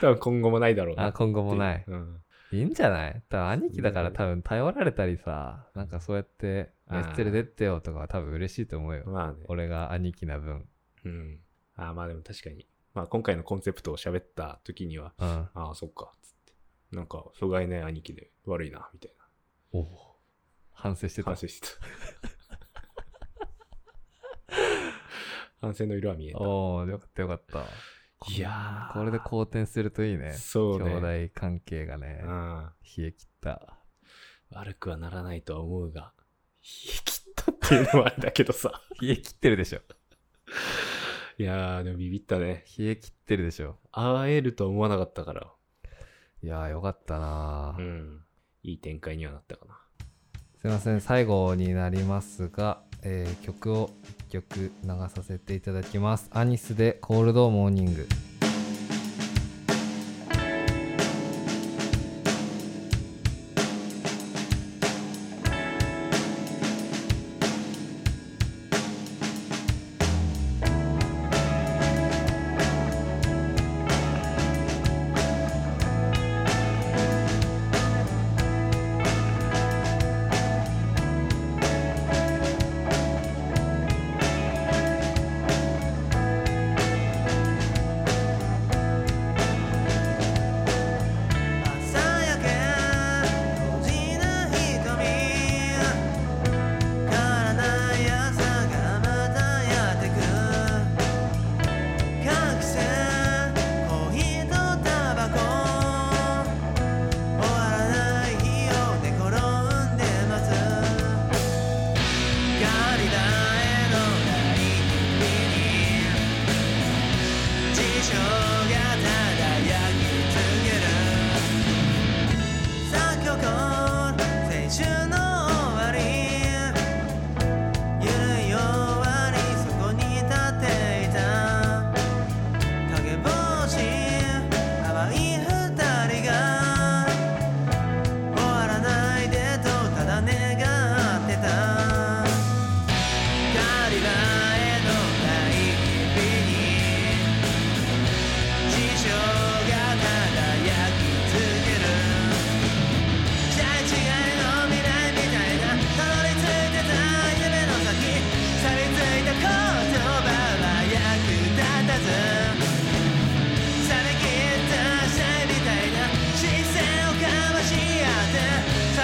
Speaker 1: 多分今後もないだろうな
Speaker 2: あ
Speaker 1: っていう。
Speaker 2: 今後もない
Speaker 1: うん。
Speaker 2: いいんじゃない多分兄貴だから
Speaker 1: そう
Speaker 2: 多分頼られたりさなんかそうやって
Speaker 1: あー
Speaker 2: メッセル出ってよとかは多分嬉しいと思うよ
Speaker 1: まあね。
Speaker 2: 俺が兄貴な分
Speaker 1: うん。ああまあでも確かに。まあ今回のコンセプトを喋った時には、
Speaker 2: うん
Speaker 1: ああそっか、つって。なんか、不甲斐ない兄貴で悪いな、みたいな。
Speaker 2: お反省してた
Speaker 1: 反省してた。 (laughs) 反省の色は見えた。
Speaker 2: おおよかったよかった
Speaker 1: いやー
Speaker 2: これで好転するといいね
Speaker 1: そうね。
Speaker 2: 兄弟関係がね
Speaker 1: うん。
Speaker 2: 冷え切った
Speaker 1: 悪くはならないとは思うが、冷え切ったっていうのはあれだけどさ。
Speaker 2: 冷え切ってるでしょ
Speaker 1: (laughs) いやー、でもビビったね。
Speaker 2: 冷え切ってるでしょ
Speaker 1: 会えるとは思わなかったから。
Speaker 2: いやーよかったな
Speaker 1: う
Speaker 2: ー、
Speaker 1: ん。いい展開にはなったかな。
Speaker 2: すいません最後になりますが、えー曲を1曲流させていただきますアニスでコールドモーニング
Speaker 3: 「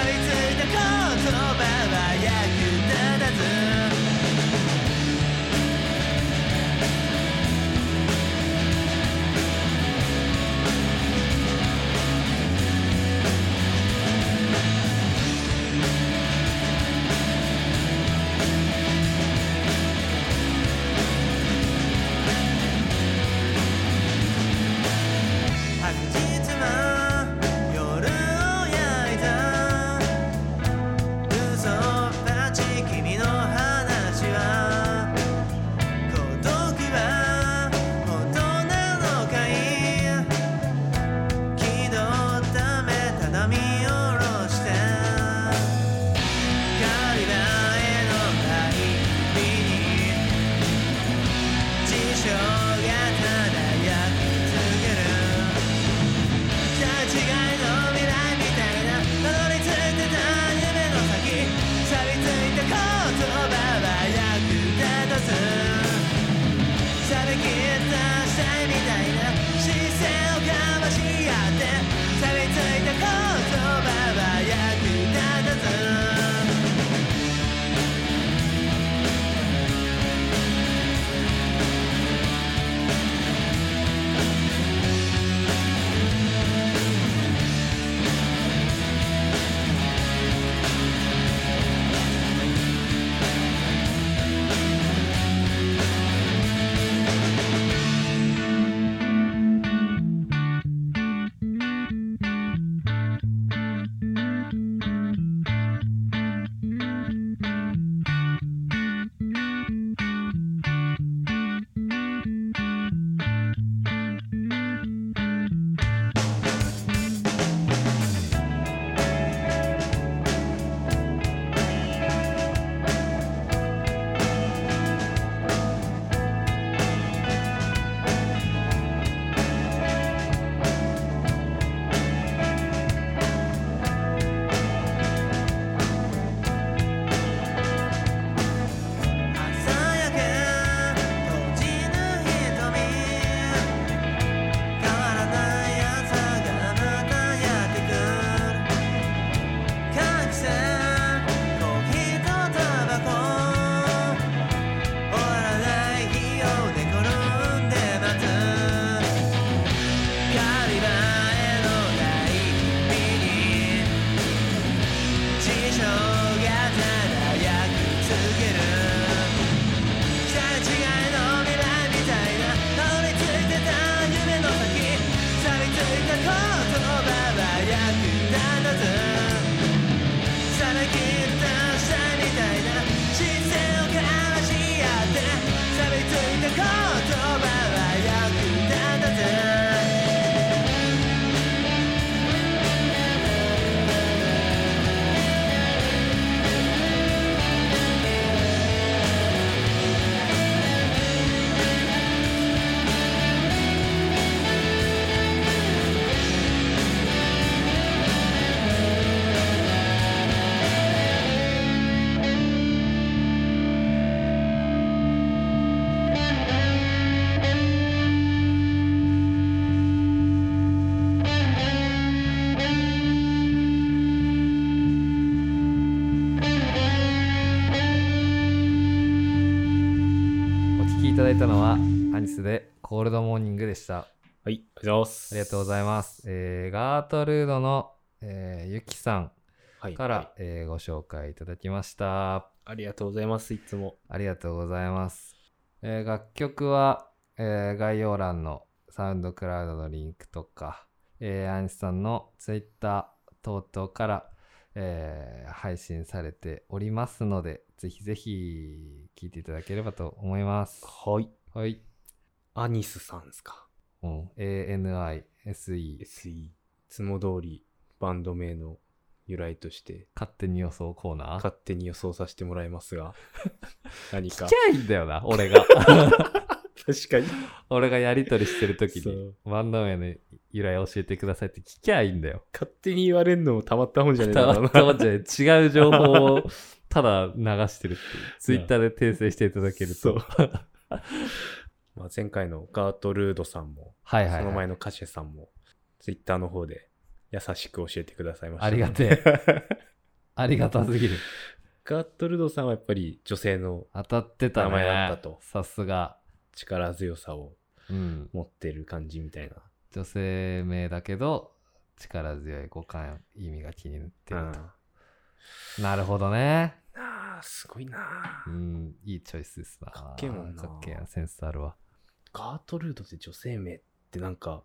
Speaker 3: 言葉は役立たず白日の夜を焼いた嘘っぱち君の話は孤独は大人の会気取った目畳み下ろしてガリバへの帰りに事象がただ焼き続ける「違いの未来みたいな」「たどり着いてた夢の先」「錆びついた言葉は役立たず」「錆び切った死体みたいな」「視線をかわし合って」「錆びついた言葉は役立たず」鮮やか閉じぬ瞳変わらない朝がまたやってくる覚醒コーヒーとタバコ終わらない日を寝転んで待つガリバへの大日に事象がただ焼き続ける期待違いの未来みたいなたどり着いてた夢の先錆びついた言葉は役立たずさらきったしたみたいな視線を交わし合って錆びついた言葉は役立たず
Speaker 2: お聞きいただいたのは、アニスでコールドモーニングでした。
Speaker 1: はい、ありがとうございます。
Speaker 2: ありがとうございます。えーガートルードの、えーゆきさん
Speaker 1: はい
Speaker 2: から、
Speaker 1: はい
Speaker 2: えーご紹介いただきました。
Speaker 1: ありがとうございます、いつも。
Speaker 2: ありがとうございます。えー楽曲は、えー概要欄のサウンドクラウドのリンクとか、えーアンシさんのツイッター等々から、えー配信されておりますので、ぜひぜひ聞いていただければと思います。
Speaker 1: はい。
Speaker 2: はい。
Speaker 1: アニスさんですか。
Speaker 2: うん、ANISE。
Speaker 1: SE。つも通り、バンド名の由来として、
Speaker 2: 勝手に予想コーナー。
Speaker 1: 勝手に予想させてもらいます (laughs) が、何
Speaker 2: ち
Speaker 1: か
Speaker 2: っち。ゃいんだよ
Speaker 1: (laughs)
Speaker 2: な、俺が。
Speaker 1: 確かに。
Speaker 2: 俺がやりとりしてる時
Speaker 1: そ
Speaker 2: に
Speaker 1: う、
Speaker 2: ワンダムの由来教えてくださいって聞きゃいいんだよ。
Speaker 1: 勝手に言われるのもたまったもんじゃねえだ
Speaker 2: た
Speaker 1: ろう
Speaker 2: ま
Speaker 1: な。
Speaker 2: たまじゃない違う情報をただ流してるっていう。ツイッターで訂正していただける
Speaker 1: そ
Speaker 2: と。
Speaker 1: うまあ前回のガートルードさんも、
Speaker 2: はいはい、はい。
Speaker 1: その前のカシェさんも、ツイッターの方で優しく教えてくださいました。
Speaker 2: ありがてえ。ありがたすぎる。
Speaker 1: (laughs) ガトルドさんはやっぱり女性の
Speaker 2: 当たってたね。
Speaker 1: 名前だったと
Speaker 2: さすが。
Speaker 1: 力強さを
Speaker 2: うん。
Speaker 1: 持ってる感じみたいな。
Speaker 2: 女性名だけど、力強い五感、意味が気に入ってる
Speaker 1: うん
Speaker 2: と。なるほどね。
Speaker 1: なあ、すごいな
Speaker 2: う。ん、いいチョイスですな。
Speaker 1: かっけえもんな
Speaker 2: かっけえなセンスあるわ。
Speaker 1: ガートルードって女性名ってなんか、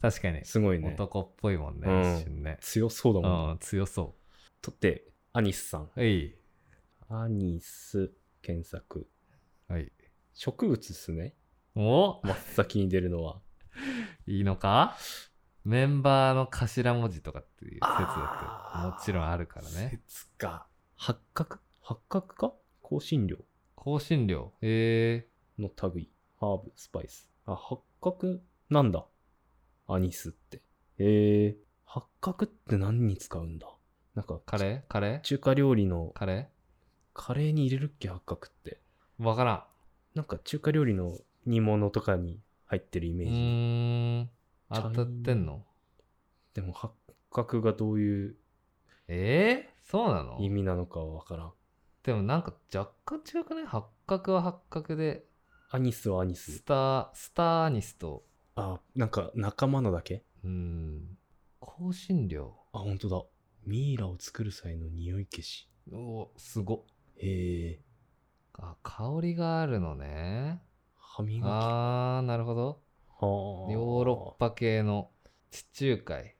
Speaker 2: 確かに、
Speaker 1: すごいね。
Speaker 2: 男っぽいもんね、
Speaker 1: うん
Speaker 2: 一瞬ね。
Speaker 1: 強そうだ
Speaker 2: う
Speaker 1: もん。
Speaker 2: ん、強そ
Speaker 1: とって、アニスさん。
Speaker 2: う。はい。
Speaker 1: アニス検索。
Speaker 2: はい。
Speaker 1: 植物っすね。
Speaker 2: お
Speaker 1: 真っ先に出るのは。
Speaker 2: いいのかメンバーの頭文字とかっていう説だって
Speaker 1: あー
Speaker 2: もちろんあるからね。
Speaker 1: 説か。八角八角か香辛料
Speaker 2: 香辛料。え
Speaker 1: の類。ハーブ、スパイス。あ、八角なんだ。アニスって。へえ。八角って何に使うんだなんか、
Speaker 2: ー、カレーカレー
Speaker 1: 中華料理の
Speaker 2: カレ
Speaker 1: カレーに入れるっけ八角って。
Speaker 2: ーわからん。
Speaker 1: なんか中華料理の煮物とかに入ってるイ
Speaker 2: う
Speaker 1: メージ。
Speaker 2: ーん。当たってんの
Speaker 1: でも八角がどういう
Speaker 2: えー、そうなの
Speaker 1: 意味なのかはわからん。
Speaker 2: でもなんか若干違くない八角は八角で、
Speaker 1: アニスはアニ
Speaker 2: ス
Speaker 1: ス。
Speaker 2: ター、スターアニスと、
Speaker 1: あ、なんか仲間のだけ
Speaker 2: うーん。香辛料。
Speaker 1: あ、本当だ。ミイラを作る際の匂い消し。
Speaker 2: うお、すごっ。
Speaker 1: へえ。
Speaker 2: あ、香りがあるのね。
Speaker 1: 歯磨き。は
Speaker 2: あー、なるほど。
Speaker 1: ー
Speaker 2: ヨーロッパ系の地中海、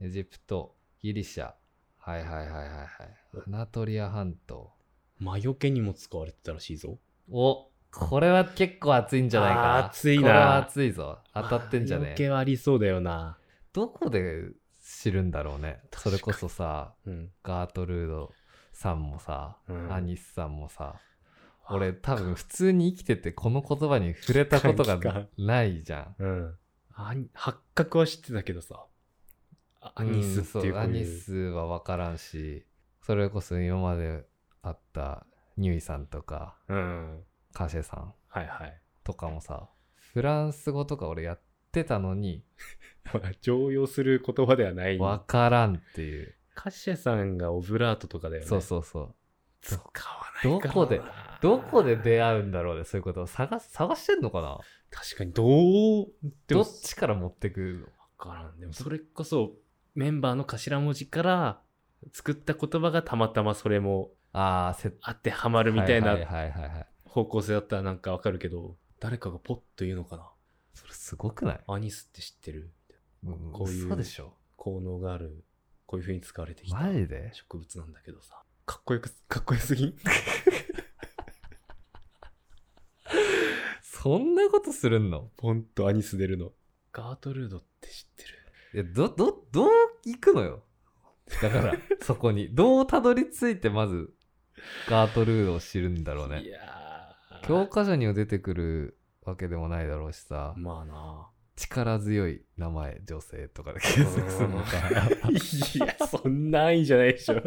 Speaker 2: エジプト、ギリシャ、はいはいはいはいはい。アナトリア半島。
Speaker 1: 魔除けにも使われてたらしいぞ。
Speaker 2: おこれは結構熱いんじゃないか
Speaker 1: あ
Speaker 2: な。
Speaker 1: ー熱いな
Speaker 2: これは熱いぞ。当たってんじゃ
Speaker 1: 魔
Speaker 2: ね
Speaker 1: 除
Speaker 2: え
Speaker 1: け。はありそうだよな。
Speaker 2: どこで知るんだろうね。
Speaker 1: 確か
Speaker 2: そ
Speaker 1: に
Speaker 2: れこそさ、
Speaker 1: うん。
Speaker 2: ガートルードさんもさ、
Speaker 1: うん
Speaker 2: アニスさんもさ、俺多分普通に生きててこの言葉に触れたこと
Speaker 1: 聞かん聞
Speaker 2: が
Speaker 1: か
Speaker 2: ないじゃん。
Speaker 1: うん。アニ八角は知ってたけどさ。あアニスっていう
Speaker 2: うんそう
Speaker 1: こ
Speaker 2: ア
Speaker 1: うい
Speaker 2: ニ
Speaker 1: う
Speaker 2: スは分からんしそれこそ今まであったニュイさんとか
Speaker 1: うん。
Speaker 2: カシェさん
Speaker 1: はいはい。 (laughs)
Speaker 2: とかもさフランス語とか俺やってたのに
Speaker 1: 常用する言葉ではない。
Speaker 2: 分からんっていう、
Speaker 1: カシェさんがオブラートとかだよね。
Speaker 2: そうそうそう
Speaker 1: 使わ
Speaker 2: ど
Speaker 1: ないからな
Speaker 2: こでどこで出会うんだろうねそういうことを探す探してんのかな
Speaker 1: 確かにどうで
Speaker 2: ど
Speaker 1: も
Speaker 2: っちから持ってくの
Speaker 1: わからんでもそれこそメンバーの頭文字から作った言葉がたまたまそれも
Speaker 2: ああせ
Speaker 1: 当てはまるみたい
Speaker 2: はい
Speaker 1: な
Speaker 2: はいはいはいはい
Speaker 1: 方向性だったらなんかわかるけど誰かがポッと言うのかな
Speaker 2: それすごくない、
Speaker 1: アニスって知ってる
Speaker 2: うん、
Speaker 1: こういう
Speaker 2: 嘘でしょ
Speaker 1: 効能があるこういう風に使われてきた
Speaker 2: マジで
Speaker 1: 植物なんだけどさかっこよくかっこよすぎん
Speaker 2: そんなことするの
Speaker 1: ポンとアニス出るのガートルードって知ってる
Speaker 2: いや、ど、ど、どう行くのよ。
Speaker 1: (laughs)
Speaker 2: だから、そこに。どうたどり着いて、まず、ガートルードを知るんだろう
Speaker 1: い
Speaker 2: ね。
Speaker 1: やー
Speaker 2: 教科書には出てくるわけでもないだろうしさ、
Speaker 1: まあな
Speaker 2: 力強い名前、女性とかで検索するのか。
Speaker 1: いや、そんな安易じゃないでしょ。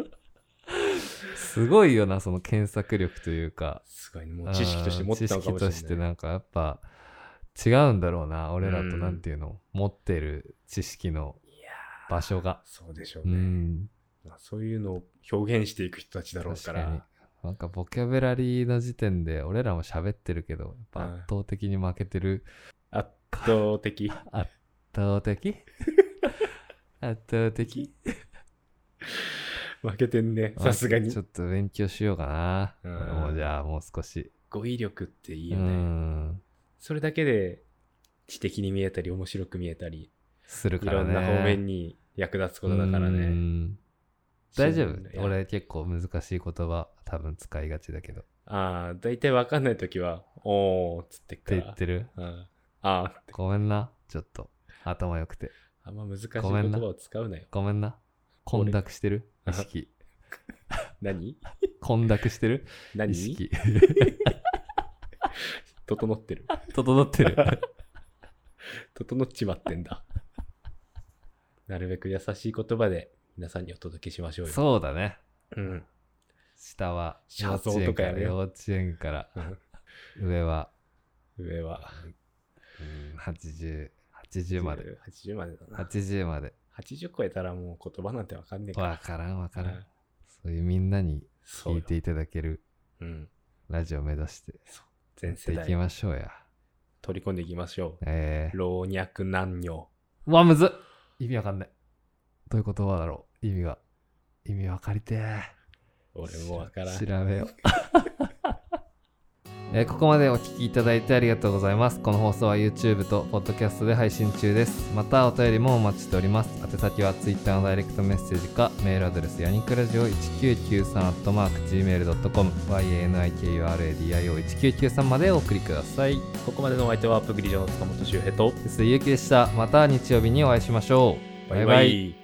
Speaker 2: すごいよな、その検索力というか。
Speaker 1: すごいね。もう知識として持ってたのかもしれな
Speaker 2: う
Speaker 1: んい。
Speaker 2: 知識としてなんか、やっぱ、違うんだろうな。俺らと、なんていうの、持ってる知識の
Speaker 1: いや
Speaker 2: 場所が
Speaker 1: ー。そうでしょう
Speaker 2: う
Speaker 1: ね、
Speaker 2: ん。
Speaker 1: まあそういうのを表現していく人たちだろう
Speaker 2: 確
Speaker 1: か。
Speaker 2: からになんかボキャブラリーの時点で俺らも喋ってるけどやっぱ
Speaker 1: うん
Speaker 2: 圧倒的に負けてる、
Speaker 1: 圧倒的。 (laughs)
Speaker 2: 圧倒的圧倒的
Speaker 1: 負けてん (laughs) ね。さすがに
Speaker 2: ちょ。っと勉強しようかな、
Speaker 1: うん
Speaker 2: 俺もじゃあもう少し
Speaker 1: 語彙力っていいよ
Speaker 2: う
Speaker 1: ね。
Speaker 2: ん
Speaker 1: それだけで知的に見えたり、面白く見えたり、
Speaker 2: する
Speaker 1: い
Speaker 2: から
Speaker 1: ろ
Speaker 2: ね
Speaker 1: んな方面に役立つことだから
Speaker 2: う
Speaker 1: ね。
Speaker 2: ん大丈
Speaker 1: そうなんだ
Speaker 2: 夫
Speaker 1: よ。
Speaker 2: 俺結構難しい言葉多分使いがちだけどっ
Speaker 1: ああ、大体わかんないときは、おーっつってっか
Speaker 2: て
Speaker 1: ら。
Speaker 2: 言ってる
Speaker 1: うんあー
Speaker 2: ごめんなちょっと頭良くて
Speaker 1: あんま難しい言
Speaker 2: ごめん
Speaker 1: 葉
Speaker 2: な
Speaker 1: を使うなよ。
Speaker 2: ごめんな混濁してる意識
Speaker 1: 何
Speaker 2: 混濁してる意
Speaker 1: 何
Speaker 2: 識
Speaker 1: 整ってる。
Speaker 2: 整ってる。
Speaker 1: 整っちまってん
Speaker 2: (laughs)
Speaker 1: だ。なるべく優しい言葉で皆さんにお届けしましょうよ。
Speaker 2: そうだね。
Speaker 1: うん。
Speaker 2: 下は幼
Speaker 1: 車
Speaker 2: 稚
Speaker 1: 窓と
Speaker 2: 園
Speaker 1: か
Speaker 2: か
Speaker 1: や
Speaker 2: ら
Speaker 1: めよう
Speaker 2: 幼稚園から上は、
Speaker 1: 上は
Speaker 2: うん、80, 80まで。。
Speaker 1: 80までだな。
Speaker 2: 80まで。
Speaker 1: 80超えたらもう言葉なんてわかんねえから。
Speaker 2: わからんわからん。そういうみんなに
Speaker 1: そう
Speaker 2: 聞
Speaker 1: よ
Speaker 2: いていただける
Speaker 1: うん。
Speaker 2: ラジオを目指して
Speaker 1: 全世
Speaker 2: やっていき
Speaker 1: 代
Speaker 2: ましょうや。
Speaker 1: 取り込んでいきましょ
Speaker 2: え
Speaker 1: う。老若男女。
Speaker 2: ー、うわ、むずっ意味わかんない。どういう言葉だろう意味が。意味わかりてー。
Speaker 1: 俺もわからん。
Speaker 2: し調べよう (laughs) えーここまでお聞きいただいてありがとうございますこの放送は YouTube と Podcast で配信中ですまたお便りもお待ちしております宛先は Twitter のダイレクトメッセージかメールアドレスヤニクラジオ 1993-gmail.com yanikuradio1993 までお送りください
Speaker 1: ここまでのお相手はアップグリジョの塚本周平と。
Speaker 2: 水ゆきでしたまた日曜日にお会いしましょう
Speaker 1: バイバイ。
Speaker 2: バイバイ